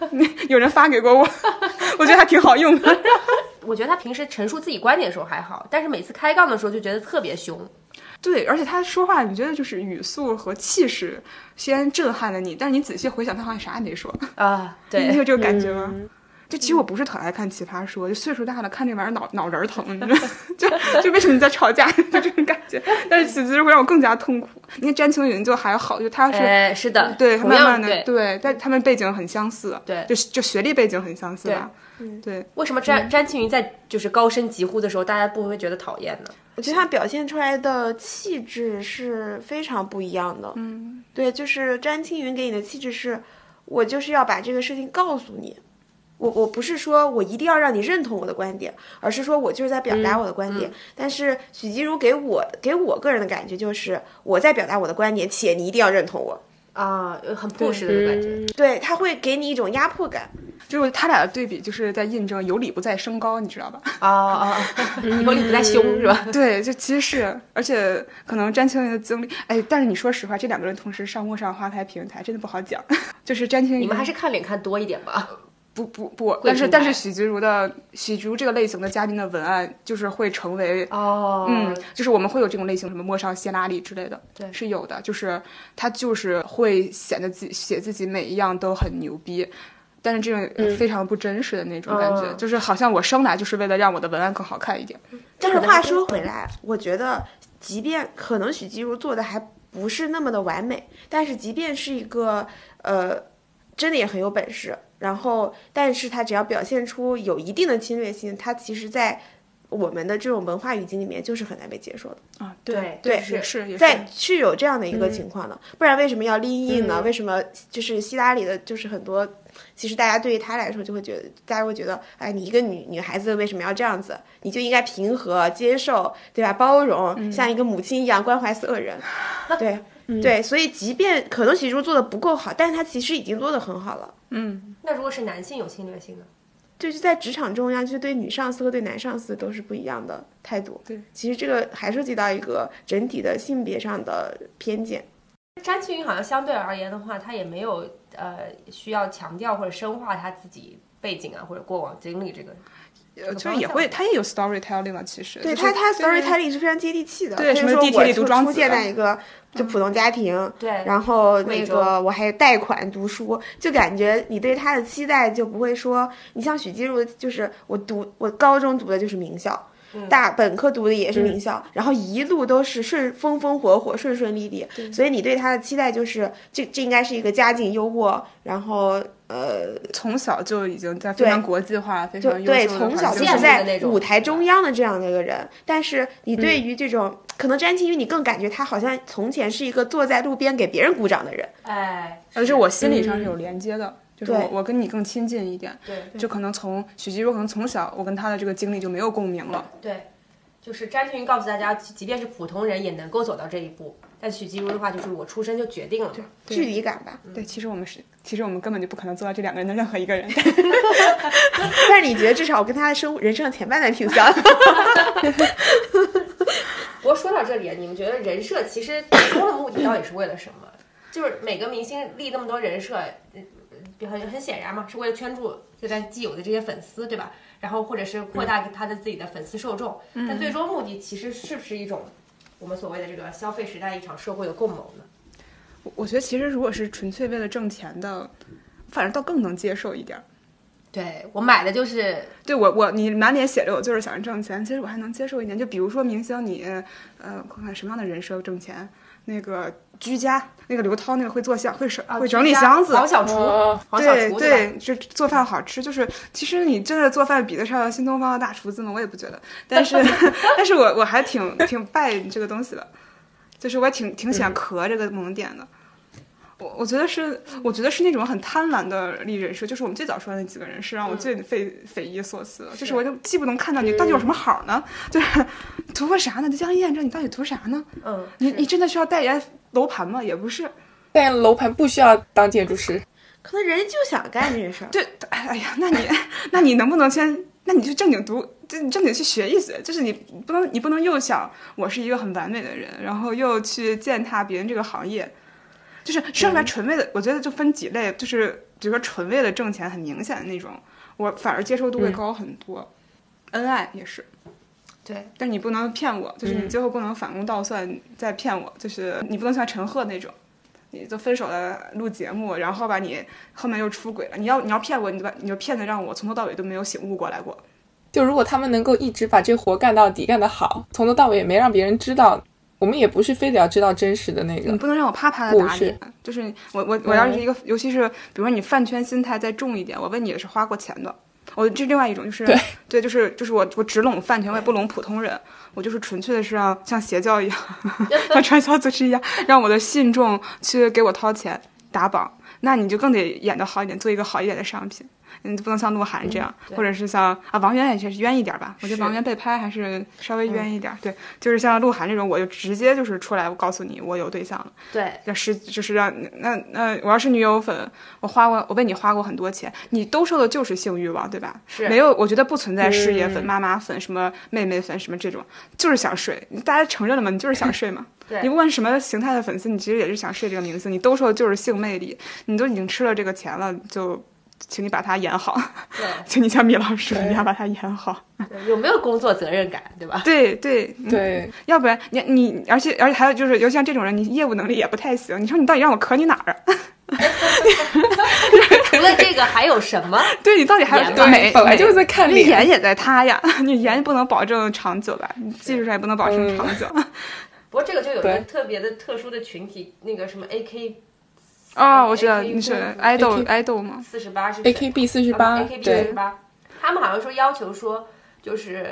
C: 有人发给过我， 我觉得还挺好用的。
B: 我觉得他平时陈述自己观点的时候还好，但是每次开杠的时候就觉得特别凶。
C: 对，而且他说话，你觉得就是语速和气势先震撼了你，但是你仔细回想，他好像啥也没说
B: 啊。 对，
C: 你有这个感觉吗？嗯就其实我不是特爱看《奇葩说》，就岁数大了看这玩意儿脑脑仁疼，你知道？ 就就为什么你在吵架， 就这种感觉。但是其实会让我更加痛苦。你看詹青云就还好，就他是、
B: 哎、是的，
C: 对，慢慢的
B: 对，
C: 但他们背景很相似，
B: 对，
C: 就就学历背景很相似吧。对，
B: 为什么詹詹青云在就是高声疾呼的时候，大家不会觉得讨厌呢？
D: 我觉得他表现出来的气质是非常不一样的。
C: 嗯，
D: 对，就是詹青云给你的气质是，我就是要把这个事情告诉你。我我不是说我一定要让你认同我的观点，而是说我就是在表达我的观点。
B: 嗯嗯、
D: 但是许吉如给我给我个人的感觉就是我在表达我的观点，且你一定要认同我
B: 啊，很 push 的感觉。
D: 对，他会给你一种压迫感。
C: 就是他俩的对比，就是在印证有理不在声高，你知道吧？
B: 啊啊， 有理不在胸是吧？
C: 对，就其实是，而且可能詹青云的经历，哎，但是你说实话，这两个 人同时上陌上花开平台，真的不好讲。就是詹青云，
B: 你们还是看脸看多一点吧。
C: 不不不，但是但是许菊如的许菊如这个类型的嘉宾的文案就是会成为
B: 哦，
C: 嗯，就是我们会有这种类型，什么莫少希拉里之类的，
B: 对
C: 是有的。就是他就是会显得自己写自己每一样都很牛逼，但是这
D: 嗯
C: 种非常不真实的那种感觉，
B: 嗯
C: 就是好像我生来就是为了让我的文案更好看一点。
D: 但是话说回来，我觉得即便可能许基如做的还不是那么的完美，但是即便是一个呃，真的也很有本事。然后，但是他只要表现出有一定的侵略性，他其实，在我们的这种文化语境里面就是很难被接受的。
C: 啊，
B: 对
C: 对，
D: 对
C: 也是也是，嗯
D: 对，是有这样的一个情况的，不然为什么要 lean in 呢？为什么就是希拉里的，就是很多，其实大家对于她来说就会觉得，大家会觉得，哎，你一个女女孩子为什么要这样子？你就应该平和接受，对吧？包容，
C: 嗯
D: 像一个母亲一样关怀所有人， 对。对，所以即便可能许茹做的不够好，但是她其实已经做的很好了。
C: 嗯，
B: 那如果是男性有侵略性呢？
D: 就是在职场中央，就是对女上司和对男上司都是不一样的态度。
C: 对，
D: 其实这个还涉及到一个整体的性别上的偏见。
B: 詹青云好像相对而言的话，他也没有呃需要强调或者深化他自己背景啊或者过往经历这个。
C: 呃就
B: 方
C: 是也
B: 向
C: 会，他也有 storytelling 嘛，其实
D: 对
C: 就是
D: 他，他
C: 对对
D: storytelling 是非常接地气的。
C: 对
D: 他
C: 什
D: 就
C: 么
D: 说
C: 地铁
D: 我
C: 里读
D: 出
C: 庄
D: 出
C: 子嗯
D: 现在一个就普通家庭，
B: 对，
D: 然后
B: 贵
D: 那
B: 州
D: 个我还贷款读书，就感觉你对他的期待就不会说，你像许基如，就是我读我高中读的就是名校，
C: 嗯
D: 大本科读的也是名校，然后一路都是顺风风火火、顺顺利利，所以你对他的期待就是这这应该是一个家境优渥，然后呃
C: 从小就已经在非常国际化、非常优秀
D: 对，
C: 啊的
D: 从
C: 环
D: 小
C: 境
D: 就
B: 见
D: 是
C: 中
B: 识的那
D: 在
B: 种
D: 舞台中央的这样的一个人，但是你对于这种、可能詹青云，你更感觉他好像从前是一个坐在路边给别人鼓掌的人，
B: 哎，
C: 而且我心理上是有连接的，就是我
D: 对
C: 我跟你更亲近一点。
B: 对
C: 就可能从许基若，可能从小我跟他的这个经历就没有共鸣了。
B: 对，就是詹青云告诉大家，即便是普通人也能够走到这一步。但许基如的话，就是我出生就决定了嘛。
D: 距离感吧。
C: 对，其实我们是，其实我们根本就不可能做到这两个人的任何一个人。
D: 但是你觉得至少我跟他的生人生的前半段挺像的，
B: 不过说到这里，你们觉得人设其实最终的目的到底是为了什么？就是每个明星立那么多人设，嗯很很显然嘛，是为了圈住就在既有的这些粉丝，对吧？然后或者是扩大他的自己的粉丝受众，
C: 嗯
B: 但最终目的其实是不是一种我们所谓的这个消费时代一场社会的共谋呢？
C: 我我觉得其实如果是纯粹为了挣钱的，反正倒更能接受一点儿。
B: 对我买的就是
C: 对我我你满脸写着我就是想挣钱，其实我还能接受一点。就比如说明星你，呃，看看什么样的人设挣钱，那个居家，那个刘涛那个会做相，会整、
B: 啊
C: 会整理箱子，
B: 黄呃小厨，
A: 哦
B: 黄小
C: 对
B: 厨吧
C: 对，就做饭好吃，就是其实你真的做饭比得上新东方的大厨子吗？我也不 觉得，但是 但是我我还挺挺拜你这个东西的，就是我也挺挺
B: 嗯
C: 喜欢壳这个萌点的。我我觉得是，我觉得是那种很贪婪的立人设，就是我们最早说的那几个人，是
B: 嗯
C: 让我最匪、匪夷所思的，就是我就既不能看到你到底有什么好呢，就是图个啥呢？就江一燕这你到底图啥呢？
B: 嗯，
C: 你你真的需要代言楼盘吗？也不是，
A: 但楼盘不需要当建筑师，
D: 可能人家就想干这事儿。
C: 对，哎哎呀，那你 那你能不能先，那你就正经读，就正经去学一学，就是你不能你不能又想我是一个很完美的人，然后又去践踏别人这个行业，就是生出来纯粹的，我觉得就分几类，就是比如说纯为了挣钱很明显的那种，我反而接受度会高很多，恩爱也是。
B: 对，
C: 但你不能骗我，就是你最后不能反攻倒算再骗我，就是你不能像陈赫那种，你都分手了录节目，然后吧你后面又出轨了，你要你要骗我，你把你就骗的让我从头到尾都没有醒悟过来过。
A: 就如果他们能够一直把这活干到底，干得好，从头到尾也没让别人知道，我们也不是非得要知道真实的那
C: 你
A: 个。
C: 不能让我啪啪的打
A: 故事
C: 脸，就是我我我要是一个，尤其是比如说你饭圈心态再重一点，我问你也是花过钱的。我这另外一种就是
A: 对
C: 就是就是我我只拢饭圈，我也不拢普通人，我就是纯粹的是让像邪教一样， 像传销组织一样，让我的信众去给我掏钱打榜。那你就更得演得好一点，做一个好一点的商品。你不能像鹿晗这样，
B: 对
C: 或者是像啊王源也是冤一点吧？我觉
B: 是
C: 得王源被拍还是稍微冤一点。对，就是像鹿晗这种，我就直接就是出来，我告诉你我有对象了。
B: 对，
C: 要是就是让那那我要是女友粉，我花过我为你花过很多钱，你兜售的就是性欲望，对吧？
B: 是
C: 没有，我觉得不存在事业粉、妈妈粉、什么妹妹粉、什么这种，就是想睡。大家承认了吗？你就是想睡嘛。
B: 对
C: 你不管什么形态的粉丝，你其实也是想睡这个明星，你兜售的就是性魅力，你都已经吃了这个钱了，就请你把它演好，
B: 对
C: 请你像米老师
A: 对
C: 一样把它演好。
B: 对有没有工作责任感，对吧？
C: 对对嗯
A: 对，
C: 要不然你你，而且而且还有就是，尤其像这种人，你业务能力也不太行。你说你到底让我磕你哪儿啊？
B: 除了这个还有什么？
C: 对你到底还有
B: 眼
A: 吧
C: 美，
A: 本来
C: 美
A: 就是在看
C: 你
A: 脸
C: 眼也在塌呀， 你眼不能保证长久吧，你技术上也不能保证
A: 嗯
C: 长 久。
B: 不过这个就有一个
A: 对
B: 特别的特殊的群体，那个什么 AK
C: 哦，我
B: 嗯
C: 知道
D: 哎
B: AK
C: 你是
B: 嗯
C: idol
A: AK
C: idol 吗？
B: 四十八是
A: A K B 四十八
B: 嗯 a k，B 四
A: 对
B: 十八，他们好像说要求说就是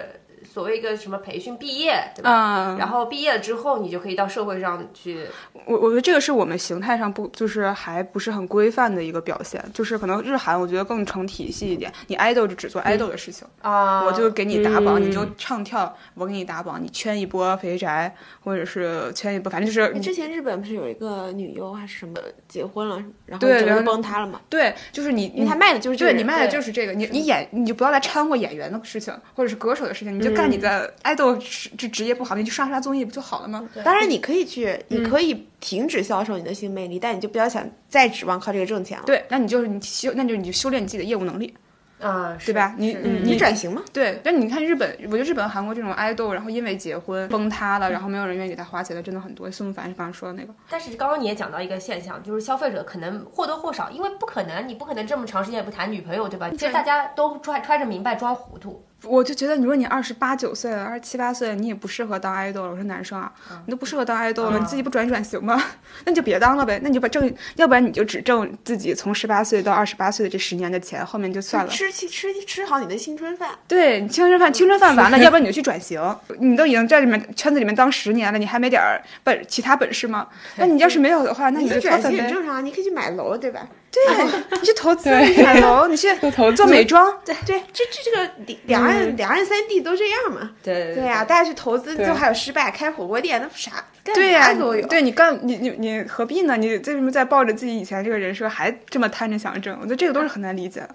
B: 所谓一个什么培训毕业，对吧？
C: 嗯，
B: 然后毕业了之后，你就可以到社会上去。
C: 我我觉得这个是我们形态上不就是还不是很规范的一个表现，就是可能日韩我觉得更成体系一点。你 idol 就只做 idol 的事情，
B: 啊，
C: 我就给你打榜，
A: 嗯
C: 你就唱跳，我给你打榜，你圈一波肥宅，或者是圈一波，反正就是
D: 哎之前日本不是有一个女优还是什么结婚了，然后
C: 对
D: 整
C: 然
D: 个
C: 后
D: 崩塌了嘛？
C: 对，就是你
D: 因为
C: 你
D: 她卖的就是这个
C: 对
D: 人
C: 你卖的就是这个，你你演你就不要来掺和演员的事情，或者是歌手的事情，你就干你的 idol 职职职业不好，你就刷刷综艺不就好了吗？
D: 当然你可以去，你可以停止销售你的性魅力，但你就不要想再指望靠这个挣钱了，
C: 对，那你就是你修，那就是你修炼你自己的业务能力，
B: 啊，是
C: 对吧？你
B: 是
C: 你
D: 你
C: 你
D: 转型嘛。
C: 对，但你看日本，我觉得日本、韩国这种 idol，然后因为结婚崩塌了，然后没有人愿意给他花钱的，真的很多。宋凡是刚刚说的那个，
B: 但是刚刚你也讲到一个现象，就是消费者可能或多或少，因为不可能，你不可能这么长时间也不谈女朋友，对吧？其实大家都揣揣着明白装糊涂，
C: 我就觉得，你说你二十八九岁了，二十七八岁了，你也不适合当 idol 了。我说男生啊，你都不适合当 idol 了，你自己不转一转型吗？ 那你就别当了呗，那你就把挣，要不然你就只挣自己从十八岁到二十八岁的这十年的钱，后面就算了。
D: 吃吃吃吃好你的青春饭，
C: 对，你青春饭青春饭完了，要不然你就去转型。你都已经在里面圈子里面当十年了，你还没点儿本其他本事吗？那你要是没有的话，那
D: 你
C: 你
D: 的
C: 就
D: 转
C: 挑
D: 型
C: 粉
D: 很
C: 呗。
D: 正常啊，你可以去买楼，对吧？
C: 对，你去投资，
A: 对
C: 你买楼，你去
A: 做投资
C: 做美妆。
D: 对对，这这这个两两岸、两岸三地都这样嘛。
B: 对
D: 对呀、大家去投资，
A: 对
D: 最后还有失败，开火锅店，那不啥 干
C: 对呀、
D: 啥都有。
C: 对你干你你你何必呢？你为什么在抱着自己以前这个人设还这么贪着想挣？我觉得这个都是很难理解的。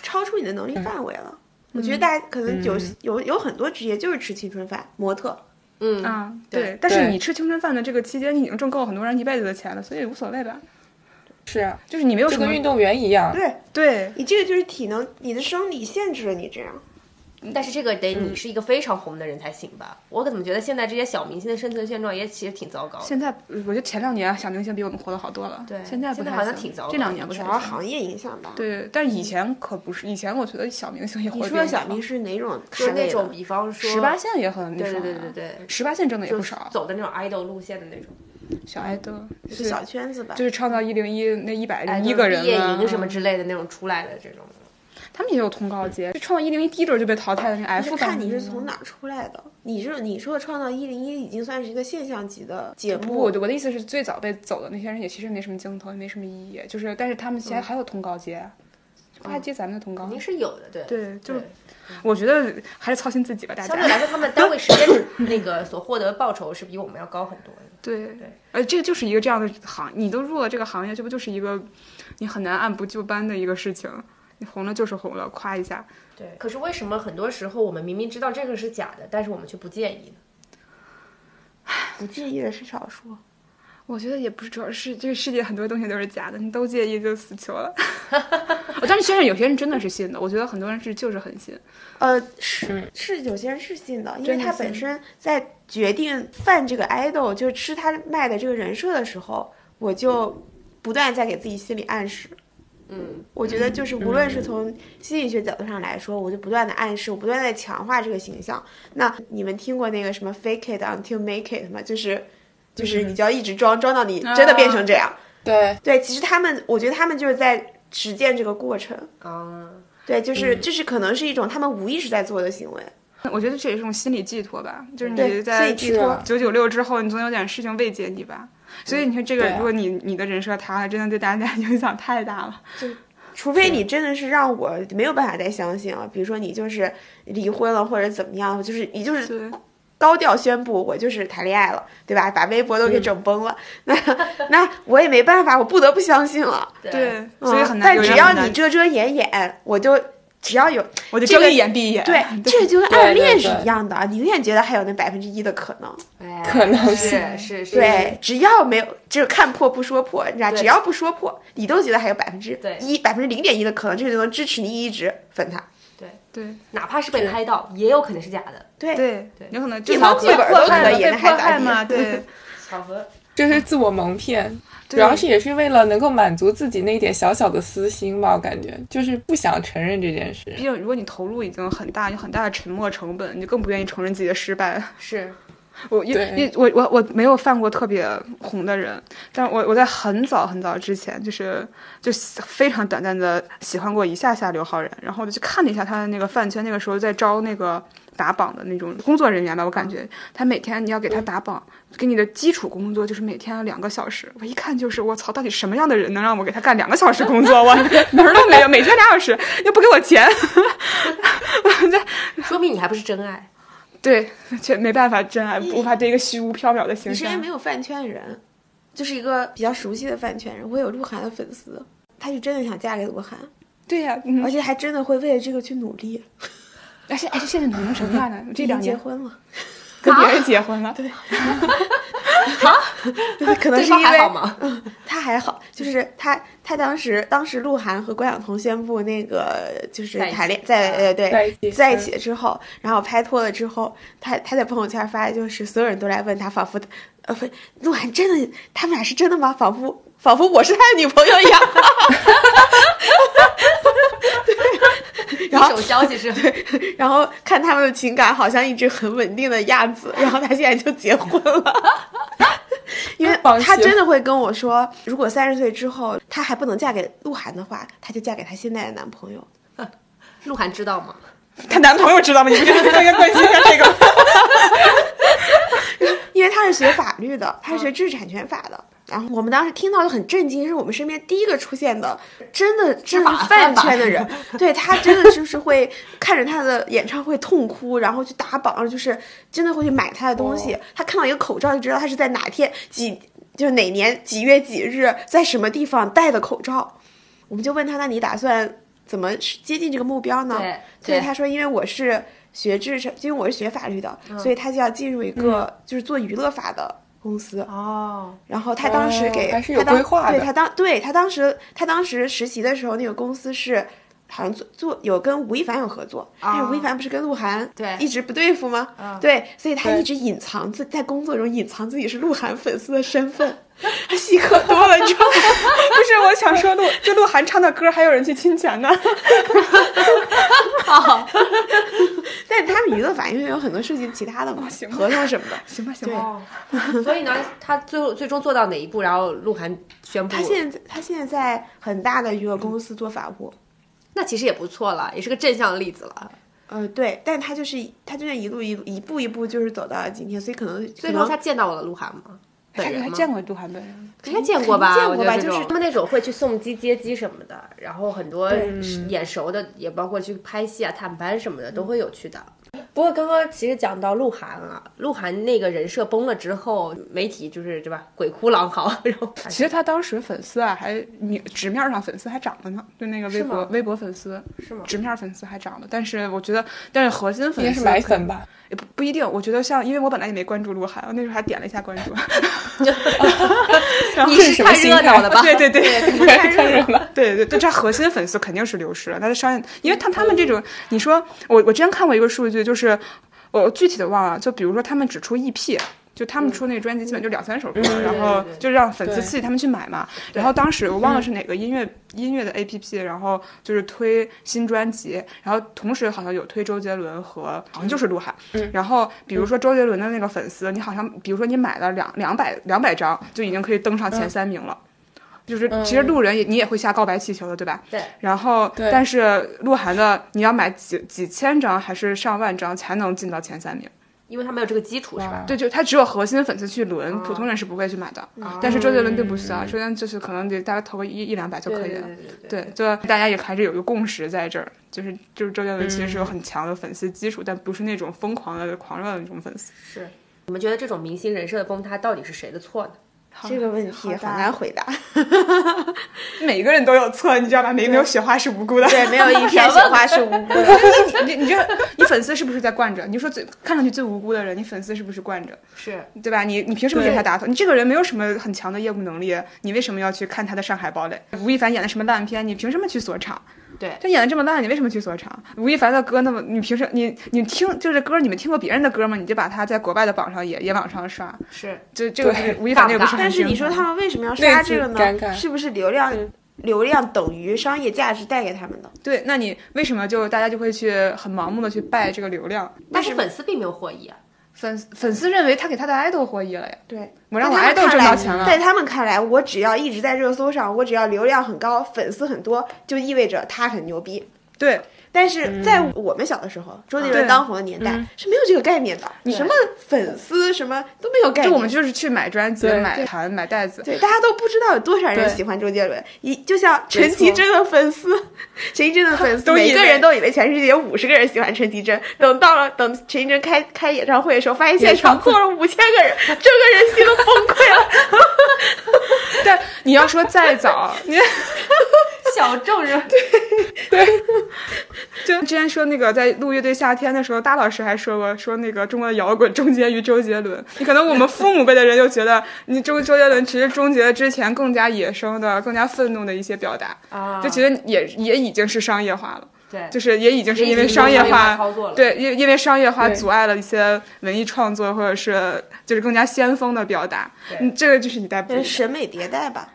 D: 超出你的能力范围了。我觉得大家可能有、有有很多职业就是吃青春饭，模特。
B: 嗯
C: 啊，
B: 对
C: 对。但是
A: 对
C: 你吃青春饭的这个期间，你已经挣够很多人一辈子的钱了，所以无所谓吧。
A: 是啊，
C: 就是你没有
A: 就
C: 什么
A: 跟运动员一样，
D: 对
C: 对
D: 你这个就是体能，你的生理限制了你这样。
B: 但是这个得你是一个非常红的人才行吧？我怎么觉得现在这些小明星的生存现状也其实挺糟糕的。
C: 现在我觉得前两年啊小明星比我们活得好多了，
B: 对
C: 现在不
B: 现
C: 太
B: 在好像
C: 行
B: 挺糟糕
C: 这两年不
D: 主
C: 太
D: 要
C: 行
D: 行业影响吧。，
C: 对，但是以前可不是，以前我觉得小明星也活
D: 你
C: 得
D: 说的小明是哪种
B: 就是
D: 咖
B: 那
D: 位
B: 种，
D: 的？
B: 比方说
C: 十八，线也很那
B: 对
C: 啥
B: 对
C: 呀，
B: 对对对，
C: 十八线挣的也
B: 就
C: 不
B: 是
C: 少，
B: 走的那种 idol 路线的那种，
C: 小爱豆
D: 是小圈子吧
C: 就。是创造一零一那一百
B: 哎
C: 零一个人啊
B: 毕业
C: 嘛
B: 营什么之类的那种出来的这种。
C: 他们也有通告节，就创造一零一第一轮就被淘汰的那个
D: 就
C: F
D: 看
C: 版。
D: 你是从哪儿出来的，你是你说的创造一零一已经算是一个现象级的节
C: 不，
D: 目
C: 我，的我的意思是，最早被走的那些人也其实没什么镜头，也没什么意义，就是但是他们现在还有通告节，就不还接咱们的通告
B: 肯。定是有的，对
C: 对就是
B: 对
C: 我觉得还是操心自己吧，大家
B: 相。对来说，他们单位时间那个所获得的报酬是比我们要高很多的。
C: 对
B: 对，
C: 呃，这个就是一个这样的行，你都入了这个行业，这不就是一个你很难按部就班的一个事情？你红了就是红了，夸一下。
B: 对，可是为什么很多时候我们明明知道这个是假的，但是我们却不介意呢？
D: 不介意的是少数。
C: 嗯我觉得也不是，主要是这个世界很多东西都是假的，你都介意就死球了。 我但是虽然有些人真的是信的，我觉得很多人是就是很信。
D: 呃，是是，有些人是信的，因为
C: 真的
D: 他
C: 信
D: 本身在决定犯这个 idol，就是吃他卖的这个人设的时候，我就不断在给自己心理暗示。
B: 嗯，
D: 我觉得就是无
C: 嗯
D: 论是从心理学角度上来说，我就不断的暗示，我不断在强化这个形象。那你们听过那个什么 fake it until make it 吗？就是
C: 嗯
D: 就是你就要一直装，装到你真的变成这
C: 啊
D: 样。
A: 对，
D: 对，其实他们，我觉得他们就是在实践这个过程。
B: 啊，
D: 对，就是
C: 嗯
D: 这是可能是一种他们无意识在做的行为。
C: 我觉得这也是一种心理寄托吧，就是
D: 对
C: 你
D: 心
C: 在
D: 理寄
A: 是
D: 托
A: 啊
C: 九九六之后，你总有点事情慰藉你吧。所以你说这个，
A: 对啊
C: 如果你你的人设塌了，真的对大家 影响太大了。
D: 除非你真的是让我没有办法再相信啊了，比如说你就是离婚了或者怎么样，就是你就是
C: 对，
D: 高调宣布我就是谈恋爱了，对吧？把微博都给整崩了，那那我也没办法，我不得不相信了。
B: 对
C: 对，所以很难。
D: 嗯但
C: 有人
D: 只要
C: 很难
D: 你遮遮掩掩，我就只要有
C: 我就
D: 这个
C: 睁一眼闭一眼。
D: 对，这就跟暗恋是
A: 对对
D: 一样的，啊你永远觉得还有那百分之一的可能。
B: 哎
A: 可能
B: 是是是，
D: 对，只要没有，就是看破不说破，你知道，
B: 对
D: 只要不说破，你都觉得还有百分之
B: 对
D: 一、百分之零点一的可能，这就能支持你一直粉他。
C: 对
B: 哪怕是被拍到，也有可能是假的。
D: 对，
C: 对
B: 对
C: 有可能
D: 一毛
C: 被
D: 钱本儿
C: 迫
D: 都
C: 害
D: 可
C: 嘛
D: 以
C: 被
D: 那还
C: 迫
D: 咋
C: 害
D: 地
C: 嘛，对，
B: 巧合，
A: 这是自我蒙骗，主
C: 对
A: 要是也是为了能够满足自己那一点小小的私心吧，我感觉就是不想承认这件事
C: 毕。竟如果你投入已经很大，有很大的沉没成本，你就更不愿意承认自己的失败。
B: 是
C: 我因
A: 对
C: 因为我我我没有犯过特别红的人，但是我我在很早很早之前，就是就非常短暂的喜欢过一下下刘昊然，然后我就去看了一下他的那个饭圈，那个时候在招那个打榜的那种工作人员吧，我感觉他每天你要给他打榜，给你的基础工作就是每天要两个小时，我一看就是我操，到底什么样的人能让我给他干两个小时工作？我哪儿都没有，每天俩小时又不给我钱，
B: 说明你还不是真爱。
C: 对，却没办法，真爱无法对一个虚无缥缈的形
D: 你身
C: 象
D: 边。没有饭圈人，就是一个比较熟悉的饭圈人。我有鹿晗的粉丝，他就真的想嫁给鹿晗，
C: 对呀、嗯
D: 而且还真的会为了这个去努力。
C: 而且而且现在努成什么样呢？这
D: 已
C: 两
D: 经结
C: 年啊
D: 婚了，
C: 跟别人结婚了， 对，
D: 可能
B: 对
D: 是因
B: 方还好
D: 为
B: 吗？
D: 他还
B: 嗯
D: 好，就是他他当时当时鹿晗和关晓彤宣布那个就是
B: 在一起啊
D: 谈恋在呃对
A: 在一起嗯
D: 在一起之后，然后拍拖了之后，他他在朋友圈发的就是所有人都来问他，仿佛呃不鹿晗真的他们俩是真的吗？仿佛仿佛我是他的女朋友一 样。 对， 然
B: 一
D: 后
B: 手消息是，
D: 然后看他们的情感好像一直很稳定的样子，然后他现在就结婚了。 因为
A: 放
D: 他
A: 心
D: 真的会跟我说，如果三十岁之后她还不能嫁给鹿晗的话，她就嫁给她现在的男朋友。
B: 鹿晗知道吗？
C: 她男朋友知道吗？你们这应该关心一下这个。
D: 因为他是学法律的，他是
B: 嗯
D: 学知识产权法的。然后我们当时听到就很震惊，是我们身边第一个出现的，真的真的
B: 法
D: 是
B: 犯
D: 饭
B: 法
D: 圈 的人，对他真的就是会看着他的演唱会痛哭，然后去打榜，就是真的会去买他的东
B: 哦
D: 西。他看到一个口罩就知道他是在哪天几，就是哪年几月几日在什么地方戴的口罩。我们就问他，那你打算怎么接近这个目标呢？
B: 对
D: 哦所以
B: 对
D: 他说，因为我是学制是，因为我是学法律的，
A: 嗯
D: 所以他就要进入一个、就是做娱乐法的公司。
B: 哦，
D: 然后他当时给、
A: 哦还是有
D: 他当
A: 规划的
D: 对他当对他当时他当时实习的时候，那个公司是。好像做做有跟吴亦凡有合作，但是吴
A: 哦
D: 亦凡不是跟鹿晗
B: 对
D: 一直不对付吗？
A: 嗯
D: 对，所以他一直隐藏自在工作中隐藏自己是鹿晗粉丝的身份， 他戏可多了，你知道吗？
C: 不是，我想说鹿，就鹿晗唱的歌，还有人去侵权呢。
D: 但他们娱乐法因为有很多涉及其他的
A: 哦
D: 嘛，
C: 行吧
D: 合同什么的，
C: 行吧，行吧，
B: 哦， 所以呢，他最后最终做到哪一步？然后鹿晗宣布，
D: 他现在他现在在很大的娱乐公司做法务，
B: 那其实也不错了，也是个正向的例子了。
D: 呃，对，但他就是他就像一路一路一步一步就是走到了今天，所以可能
B: 最
D: 最
B: 终他见到了鹿晗吗？本人
C: 还
B: 吗？
C: 见过鹿晗本人，
B: 应该见过吧？
D: 见过吧
B: 我觉得这
D: 就是
B: 种他们那种会去送机、接机什么的，然后很多
D: 对
B: 是眼熟的，也包括去拍戏啊、探班什么的，都会有去的。不过刚刚其实讲到鹿晗啊，鹿晗那个人设崩了之后，媒体就是对吧，鬼哭狼嚎， 然后
C: 其实他当时粉丝啊，还明直面上粉丝还涨了呢，就那个微
B: 是
C: 博
B: 吗
C: 微博粉丝，
B: 是吗？
C: 直面粉丝还涨了。但是我觉得，但是核心
A: 应该
C: 粉
A: 是
C: 丝
A: 买粉吧？
C: 也不不一定。我觉得像，因为我本来也没关注鹿晗，我那时候还点了一下关 注。
B: 你
A: 这是
B: 是
A: 什么
B: 看热闹的吧？
C: 对对对，
A: 看热闹。
C: 对对对，这核心粉丝肯定是流失了。他的商业，因为他他们这
B: 嗯
C: 种，你说我我之前看过一个数据，就是我具体的忘了，就比如说他们只出 EP。就他们出那个专辑，基本就两三首歌，然后
B: 嗯对对嗯
C: 就让粉丝
A: 对
C: 刺激他们去买嘛。然后当时我忘了是哪个音乐音乐的 A P P，然后就是推新专辑，然后同时好像有推周杰伦和好像就是鹿晗。
B: 嗯
C: 然后比如说周杰伦的那个粉丝，你好像比如说你买了两两百两百张，就已经可以登上前
B: 嗯
C: 三名了。就是其实路人也、你也会下告白气球的，对吧？
B: 对。
C: 然后，
A: 对
C: 但是鹿晗的你要买几几千张还是上万张才能进到前三名？
B: 因为他没有这个基础是吧？
C: 对，就他只有核心粉丝去轮，
B: 哦
C: 普通人是不会去买的。但是周杰伦并不需要，周杰伦就是可能得大概投个一一两百就可以
B: 对
C: 了。
B: 对对对。
C: 对，就大家也还是有一个共识在这儿，就是就是周杰伦其实
B: 嗯
C: 是有很强的粉丝基础，但不是那种疯狂的狂热的那种粉丝。
B: 你们觉得这种明星人设的崩塌到底是谁的错呢？
D: 这个问题
C: 好
D: 很
C: 大
D: 难回答。
C: 每个人都有错，你知道吧？没没有雪花是无辜的。
D: 对，没有一片雪花是无辜的。
C: 你你这你粉丝是不是在惯着？你就说最看上去最无辜的人，你粉丝是不是惯着？
D: 是，
C: 对吧？你你凭什么给他打分？你这个人没有什么很强的业务能力，你为什么要去看他的《上海堡垒》？吴亦凡演的什么烂片？你凭什么去锁场？
D: 对
C: 他演的这么烂，你为什么去锁场？吴亦凡的歌那么，你凭什你你听就是歌，你们听过别人的歌吗？你就把他在国外的榜上也也往上刷，
D: 是。
C: 就这个是吴亦凡那个不是很
D: 但是你
C: 正
D: 说
C: 常
D: 他们为什么要刷这个
A: 那就尴尬嗯
D: 呢？是不是流量流量等于商业价值带给他们的？
C: 对，那你为什么就大家就会去很盲目的去拜这个流量？
B: 但是粉丝并没有获益啊。
C: 粉粉丝认为他给他的爱豆获益了呀，
D: 对，
C: 我让我
D: 在他
C: 爱
D: 们
C: 豆
D: 看
C: 挣
D: 来
C: 到钱了。
D: 在他们看来，我只要一直在热搜上，我只要流量很高，粉丝很多，就意味着他很牛逼。
C: 对，
D: 但是在我们小的时候，周杰伦
C: 嗯对嗯
D: 当红的年代是没有这个概念的，什么粉丝什么都没有概
C: 就
D: 念。
C: 我们就是去买专辑、
A: 对
C: 买盘、买袋子。
D: 对，大家都不知道有多少人
C: 对
D: 喜欢周杰伦，一就像陈
C: 没错
D: 绮贞的粉丝， 陈绮贞的粉丝，
C: 都以
D: 每个
C: 为
D: 人都以为全世界有五十个人喜欢陈绮贞，等到了等陈绮贞开开演唱会的时候，发现现场坐了五千个人，整个人心都崩 溃了。
C: 但你要说再早， 你
B: 小众人，
C: 就之前说那个在录乐队夏天的时候，大老师还说过，说那个中国的摇滚终结于周杰伦。你可能我们父母辈的人就觉得，你周周杰伦只是终结了之前更加野生的、更加愤怒的一些表达，
B: 啊
C: 就觉得也也已经是商业化了。
B: 对
C: 就是也已经是因为商业化，对，因因为商业化阻碍了一些文艺创作，或者是就是更加先锋的表达。嗯，这个就是一代不一样。
D: 审美迭代吧，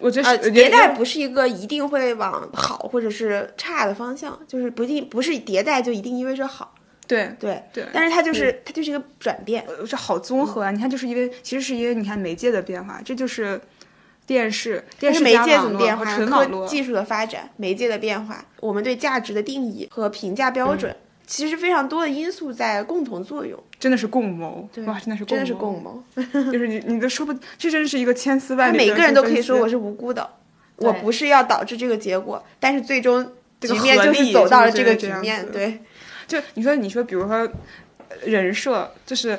C: 我觉得
D: 呃，
C: 是也
D: 迭代不是一个一定会往好或者是差的方向，就是不一定不是迭代就一定意味着好，
C: 对
D: 对
C: 对呃
D: 但是它就是、它就是一个转变，
C: 这好综合啊！你看，就是因为其实是因为你看媒介的变化，这就是电视、电
D: 但是
C: 视
D: 媒
C: 加
D: 介
C: 网
D: 怎么
C: 络
D: 变
C: 和
D: 化，
C: 纯网络
D: 科。技术的发展，媒介的变化，我们对价值的定义和评价标准，其实非常多的因素在共同作用。
C: 真的是共谋，哇，真的是
D: 真的是
C: 共
D: 共谋，
C: 谋，就是你你都说不，这真是一个千丝
D: 他
C: 万缕的
D: 每
C: 分析。
D: 个人都可以说我是无辜的，我
B: 对
D: 不是要导致这个结果，但是最终局
C: 合
D: 面就
C: 力
D: 是走到了
C: 就
D: 这
C: 是
D: 个
C: 这
D: 局
C: 样
D: 面，
C: 子
D: 对，
C: 就你说，你说，比如说呃人设，就是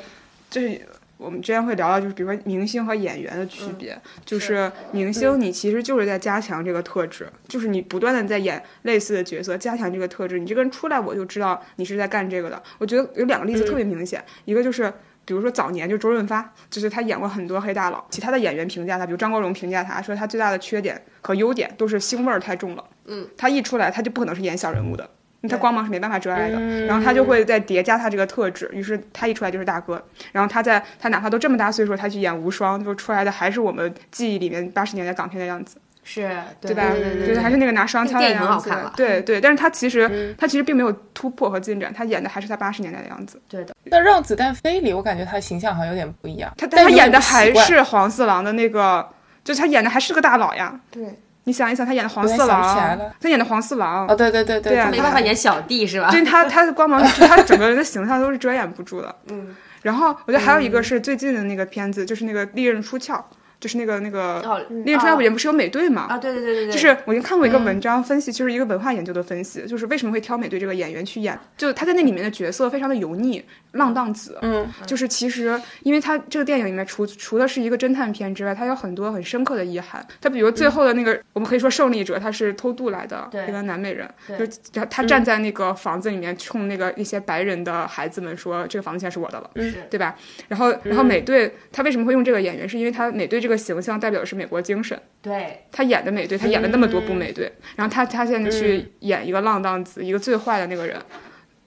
C: 就是我们之前会聊到，就是比如说明星和演员的区别，就是明星你其实就是在加强这个特质，就是你不断的在演类似的角色，加强这个特质，你这个人出来我就知道你是在干这个的。我觉得有两个例子特别明显，一个就是。比如说早年就周润发，就是他演过很多黑大佬，其他的演员评价他，比如张国荣评价他说他最大的缺点和优点都是腥味儿太重了。嗯，他一出来他就不可能是演小人物的，他光芒是没办法遮盖的，然后他就会再叠加他这个特质，于是他一出来就是大哥。然后他在他哪怕都这么大岁数，他去演无双，就出来的还是我们记忆里面八十年代港片的样子，
B: 是对
C: 对吧？就是还是那个拿双枪的
B: 电影很
C: 样
B: 好
C: 子
B: 看了，嗯
C: 对对。但是他其实他其实并没有突破和进展，他演的还是他八十年代的样子。
A: 那《让子弹飞》里，我感觉他形象好像有点不一样，
C: 他
A: 但
C: 他
A: 有点
C: 演的
A: 不习
C: 还
A: 惯
C: 是黄四郎的那个，就是他演的还是个大佬呀。
D: 对，
C: 你想一想，他演的黄
A: 我也
C: 四
A: 想不起来
C: 郎
A: 了，
C: 他演的黄四郎
A: 哦，，对对对对
C: 对啊
A: 对
B: 没办法演小弟是吧？
C: 就是他他的光芒，他整个人的形象都是遮掩不住的。嗯，然后我觉得还有一
A: 嗯
C: 个是最近的那个片子，就是那个《利刃出鞘》，就是那个那个
B: 哦
C: 《利刃出鞘》里面不是有美队嘛？
B: 啊，对对对对嗯对，
C: 就是我已经看过一个文章分析，就是一个文化研究的分析，就是为什么会挑美队这个演员去演，就他在那里面的角色非常的油腻、浪荡子，
A: 嗯，
C: 就是其实因为他这个电影里面除除了是一个侦探片之外，他有很多很深刻的意涵。他比如最后的那个，我们可以说胜利者他是偷渡来的
B: 嗯对
C: 一个南美人，
B: 对
C: 就是他他站在那个房子里面冲那个一些白人的孩子们说，这个房子现在是我的了，
B: 嗯是嗯
C: 对吧？然后然后美队他为什么会用这个演员，是因为他美队这个形象代表的是美国精神。
B: 对
C: 他演的美队，他演了那么多部美队，然后他他现在去演一个浪荡子，一个最坏的那个人，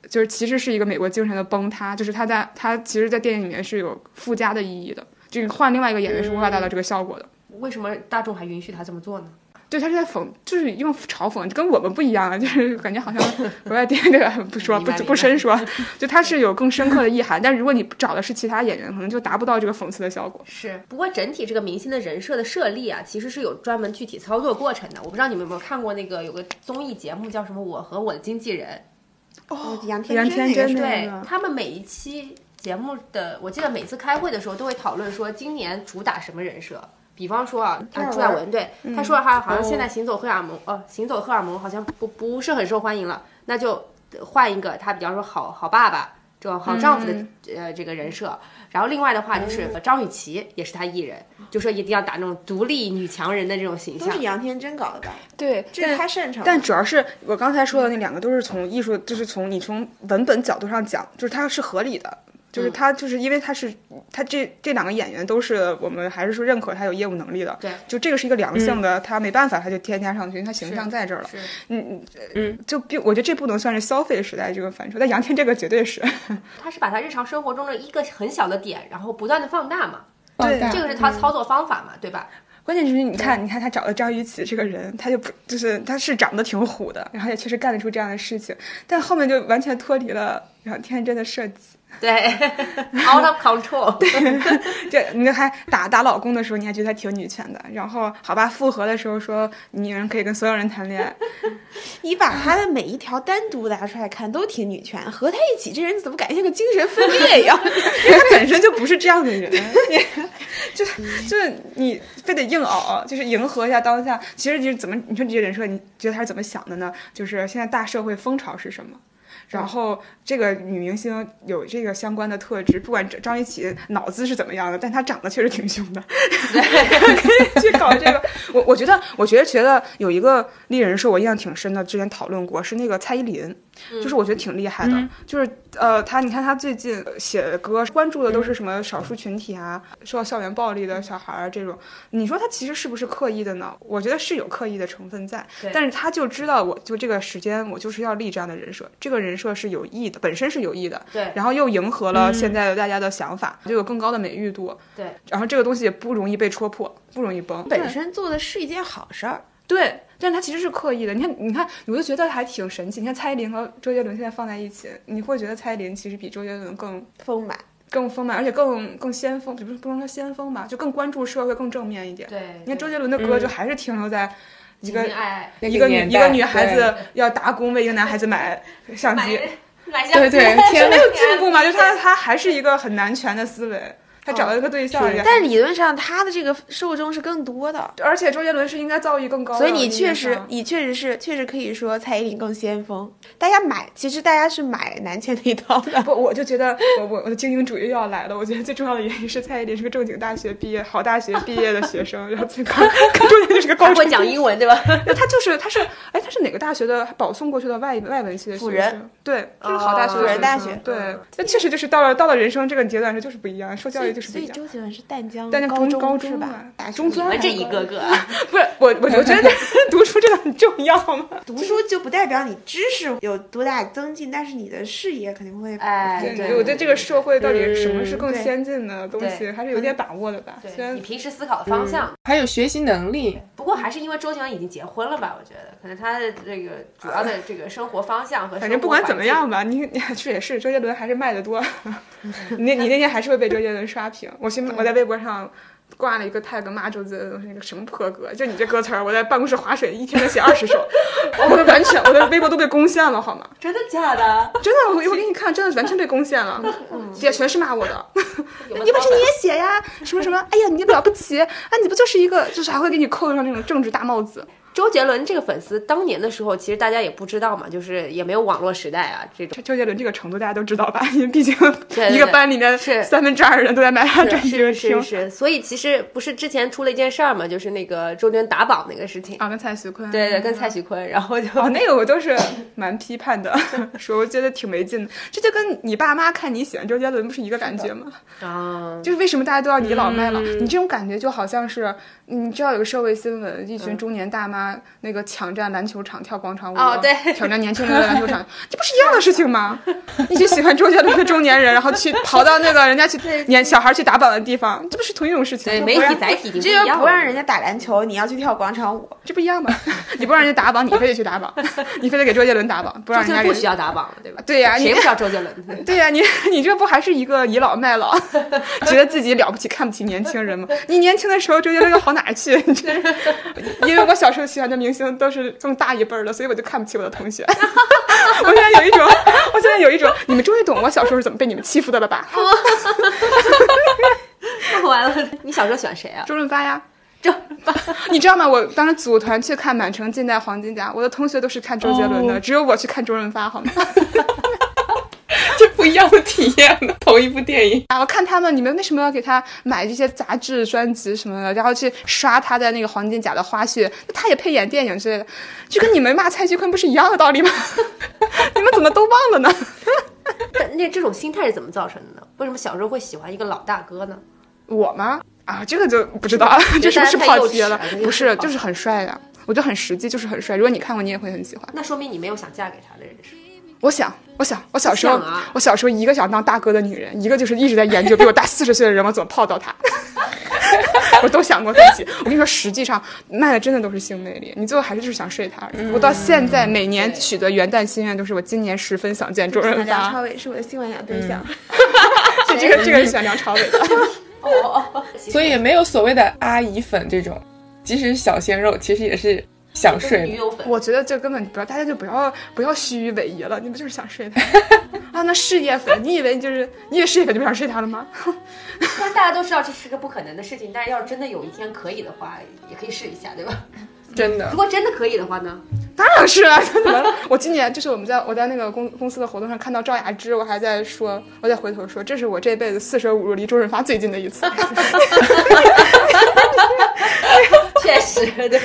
C: 就是其实是一个美国精神的崩塌，就是他在他其实，在电影里面是有附加的意义的，就是换另外一个演员是无法达到这个效果的。
B: 为什么大众还允许他这么做呢？
C: 对他是在讽，就是用嘲讽，跟我们不一样啊，就是感觉好像国外电影里面 不说
B: 明
C: 不
B: 白明白
C: 不深说，就他是有更深刻的意涵，但如果你找的是其他演员，可能就达不到这个讽刺的效果。
B: 是，不过整体这个明星的人设的设立啊，其实是有专门具体操作过程的。我不知道你们有没有看过那个有个综艺节目叫什么《我和我的经纪人》，
D: 哦，杨
C: 杨
D: 天
C: 天真
D: 那
C: 的
D: 个
B: 对
C: 个
B: 他们每一期节目的，我记得每次开会的时候都会讨论说今年主打什么人设。比方说啊，啊朱亚文对他说哈，好像现在行走荷尔蒙，呃，行走荷尔蒙好像不不是很受欢迎了，那就换一个他，比方说好好爸爸。就好丈夫的、呃这个人设。然后另外的话就是张雨绮也是她艺人，就说一定要打那种独立女强人的这种形
E: 都
B: 象
E: 是。杨天真搞的吧？
C: 对，
E: 这是他擅长的。
C: 但主要是我刚才说的那两个都是从艺术，就是从你从文本角度上讲，就是它是合理的。
B: 嗯
C: 就是他，就是因为他是他这这两个演员都是我们还是说认可他有业务能力的，
B: 对嗯
C: 就这个是一个良性的，他没办法他就添加上去，因为他形象在这儿了，
B: 是
C: 嗯嗯，就并我觉得这不能算是消费时代这个范畴，但杨天这个绝 对是，
B: 她是把她日常生活中的一个很小的点，然后不断的放大嘛，
A: 放大
B: 这个是她操作方法嘛，对吧？
C: 关键就是你看，你看他找的张雨绮这个人，他就不就是他是长得挺虎的，然后也确实干得出这样的事情，但后面就完全脱离了然后天真的设计。
B: 对，out of control。
C: 这你还打打老公的时候，你还觉得他挺女权的，然后好吧，复合的时候说女人可以跟所有人谈恋爱，
E: 你把他的每一条单独拿出来看，都挺女权。合在一起，这人怎么感觉像个精神分裂 一样？
C: 因为他本身就不是这样的人，你就就是你非得硬熬，就是迎合一下当下。其实就是怎么，你说这些人设，你觉得他是怎么想的呢？就是现在大社会风潮是什么？然后这个女明星有这个相关的特质，不管张张雨绮脑子是怎么样的，但她长得确实挺凶的。 去搞这个，我我觉得，我觉得觉得有一个艺人是我印象挺深的，之前讨论过，是那个蔡依林，
B: 嗯
C: 就是我觉得挺厉害的，就是呃，她你看她最近写歌，关注的都是什么少数群体啊，受到校园暴力的小孩儿这种，你说她其实是不是刻意的呢？我觉得是有刻意的成分在
B: 对，
C: 但是她就知道，我就这个时间，我就是要立这样的人设，这个人设是有意的，本身是有意的，
B: 对嗯
C: 然后又迎合了现在的大家的想法，就有更高的美誉度，
B: 对，
C: 然后这个东西也不容易被戳破，不容易崩，
E: 本身做的是一件好事儿，
C: 对， 但是他其实是刻意的。你看，你看，我就觉得还挺神奇。你看蔡依林和周杰伦现在放在一起，你会觉得蔡依林其实比周杰伦更
E: 丰满。
C: 更丰满，而且更更先锋，不是不能说先锋吧，就更关注社会，更正面一点。
B: 对，
C: 你看周杰伦的
E: 嗯
C: 歌就还是停留在一
B: 一
C: 个、
B: 爱爱
A: 那
C: 一个
A: 年
C: 女一
A: 代
C: 个女孩
A: 对
C: 子要打工为一个男孩子 买相
B: 买
C: 机，
B: 买相
A: 对 对，天呐，
C: 进步嘛？就是他他还是一个很男权的思维，他找到一个对象也。
E: 但理论上，他的这个受众是更多的，
C: 而且周杰伦是应该造诣更高的，
E: 所以你
C: 音乐
E: 确实
C: 上，
E: 你确实是，确实可以说蔡依林更先锋。大家买，其实大家是买男权那一套的。
C: 不，我就觉得我我我的精英主义又要来了。我觉得最重要的原因是蔡依林是个正经大学毕业、好大学毕业的学生，然后 最高更重要的是个高
B: 还
C: 中
B: 会讲英文对吧？
C: 那他就是他是哎他是哪个大学的保送过去的外外文系的
E: 辅
C: 学
E: 仁
C: 生？对，他是好大学
B: 哦辅
C: 的学
B: 仁
C: 生
E: 大学嗯
C: 对，那确实就是到了到了人生这个阶段时就是不一样，受教育就是不
E: 所以
C: 一样。
E: 周杰伦是淡江
C: 但是
E: 高
C: 中高
E: 是
C: 中
E: 吧
C: 啊？中
B: 你
C: 专
B: 们
C: 还
B: 这
C: 是
B: 一
C: 高
B: 个
C: 中
B: 个啊，
C: 不是我我我觉得 读书真的很重要吗？
E: 读书就不代表你知识有多大增进，但是你的视野肯定会
B: 哎
E: 不一样
B: 对
C: 对，我觉得这个社会到底什么是更
E: 嗯对
C: 先进的东西，
B: 对
C: 还是有点把握的吧？虽
B: 对
C: 然
B: 你平时思考的方向。
A: 还有学习能 力，
B: 不过还是因为周杰伦已经结婚了吧？我觉得可能他的这个主要的这个生活方向和
C: 反正不管怎么样吧，你 你这也是周杰伦还是卖的多，你那你那天还是会被周杰伦刷屏。我去我在微博上挂了一个 tag 骂周杰伦那个什么破歌，就你这歌词儿，我在办公室划水，一天能写二十首，我完全我的微博都被攻陷了，好吗？
B: 真的假的？
C: 真的，我我给你看，真的完全被攻陷了，也全是骂我的。
B: 有没
C: 你
B: 有
C: 本事你也写呀，什么什么，哎呀，你了不起，啊，你不就是一个，就是还会给你扣上那种政治大帽子。
B: 周杰伦这个粉丝当年的时候，其实大家也不知道嘛，就是也没有网络时代啊这 种。
C: 周周杰伦这个程度大家都知道吧？因为毕竟
B: 对
C: 一个班里面
B: 是
C: 三分之二人都在买 他专辑
B: 是是
C: 听
B: 是，所以其实不是之前出了一件事儿嘛，就是那个周杰伦打榜那个事情。
C: 啊，跟蔡徐坤
B: 对对，跟蔡徐坤，然后就
C: 哦，那个我都是蛮批判的， 说我觉得挺没劲的。这就跟你爸妈看你喜欢周杰伦不是一个感觉吗？
B: 啊，嗯
C: 就是为什么大家都要倚老卖老？你这种感觉就好像是，你知道有个社会新闻，一群中年大妈那个抢占篮球场、跳广场舞，
B: 嗯哦对
C: 挑战年轻人的篮球场，这不是一样的事情吗？ 一群喜欢周杰伦的中年人，然后去跑到那个人家去年小孩去打榜的地方，这不是同一种事情
B: 对
C: 吗？
B: 媒
C: 不
B: 体
C: 然
B: 载 体已经
E: 这
B: 一
E: 就
B: 样
E: 不让
B: 了。
E: 人家打篮球，你要去跳广场舞，
C: 这不一样吗？ 你不让人家打榜，你非得去打榜， 你非得给周杰伦打榜，不
B: 周
C: 让
B: 杰
C: 人家
B: 伦不
C: 给
B: 需要打榜了，对吧？
C: 对呀你
B: 谁 不知道周杰伦？
C: 对呀、你你这不还是一个倚老卖老， 觉得自己了不起，看不起年轻人吗？你年轻的时候周杰伦又好哪儿去？ 你这因为我小时候喜欢的明星都是更大一辈儿的，所以我就看不起我的同学。 我现在有一种，我现在有一种，你们终于懂我小时候是怎么被你们欺负的了吧？
B: 完了，你小时候喜欢谁啊？
C: 周润发呀。
B: 周
C: 你知道吗？我当时组团去看《满城尽带黄金甲》，我的同学都是看周杰伦的，只有我去看周润发，好吗？
A: 这不一样的体体验的同一部电影。
C: 然后啊看他们，你们为什么要给他买这些杂志、专辑什么的，然后去刷他的那个黄金甲的花絮？那他也配演电影之类的，就跟你们骂蔡徐坤不是一样的道理 吗？你们怎么都忘了 呢？
B: 但那这种心态是怎么造成的呢？为什么小时候会喜欢一个老大哥呢？
C: 我吗？啊，这个就不知道了，这是不是不好提了？不是，就是很帅呀、我就很实际，就是很帅。如果你看过，你也会很喜欢。
B: 那说明你没有想嫁给他的人生。
C: 我想，我想，我小时候，
B: 想啊
C: 我小时候一个想当大哥的女人，一个就是一直在研究比我大 四十岁的人，我怎么泡到他。 我都想过自己。我跟你说，实际上卖的真的都是性魅力，你最后还是就是想睡他而已。我到现在每年
B: 对
C: 许的元旦心愿都是我今年十分想见周润
E: 梁
C: 发
E: 朝。伟是我的新幻想对
B: 嗯
E: 象，
C: 这这个这个 是选梁朝伟的。
B: 哦
A: 所以也没有所谓的阿姨粉这种，即使是小鲜肉，其实也是想睡
B: 女
A: 的。
B: 友粉，
C: 我觉得这根本不要，大家就不要不要虚与委蛇了，你们就是想睡 他啊？那事业粉，你以为你就是你也事业粉就不想睡他了吗？
B: 虽然大家都知道这是个不可能的事情，但是要是真的有一天可以的话，也可以试一下，对吧？
A: 真的
B: 如，果真的可以的话呢？
C: 当然是啊，他怎么了？ 我今年就是我们在我在那个公公司的活动上看到赵雅芝，我还在说，我在回头说，这是我这辈子四舍五入离周润发最近的一次。
B: 确实，对。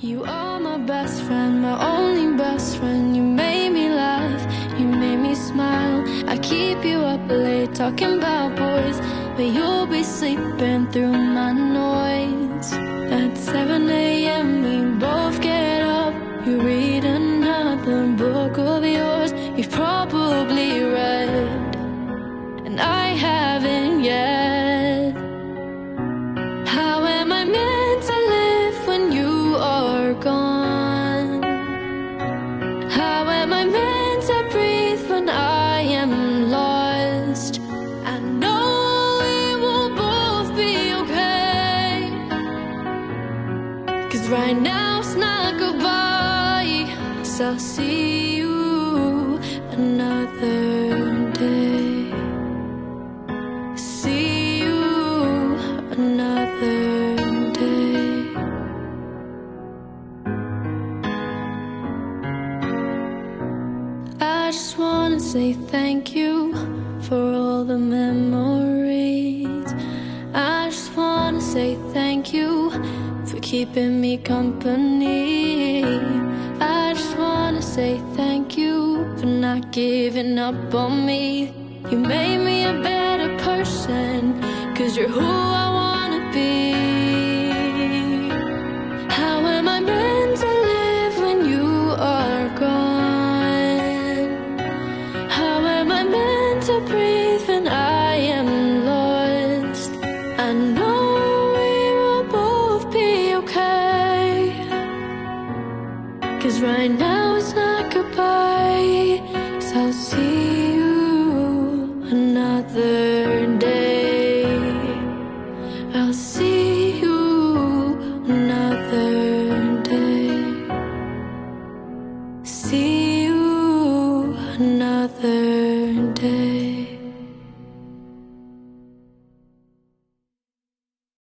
F: You are my best friend, my only best friend. You made me laugh, you made me smile. I keep you up late talking about boys, but you'll be sleeping through my noise. At 7 a.m., we both get up. You read another book of yours, you've probably read, and I haven't yet. How am I meant to live when you are gone? How am I meant to breathe when I am lost? I know we will both be okay. Cause right now it's not goodbye. So I'll see you another day. See you another day. I just wanna say thank you for all the memories. I just wanna say thank you for keeping me company. I just wanna say thank you for not giving up on me. You made me a better person, cause you're who I wanna be. How am I meant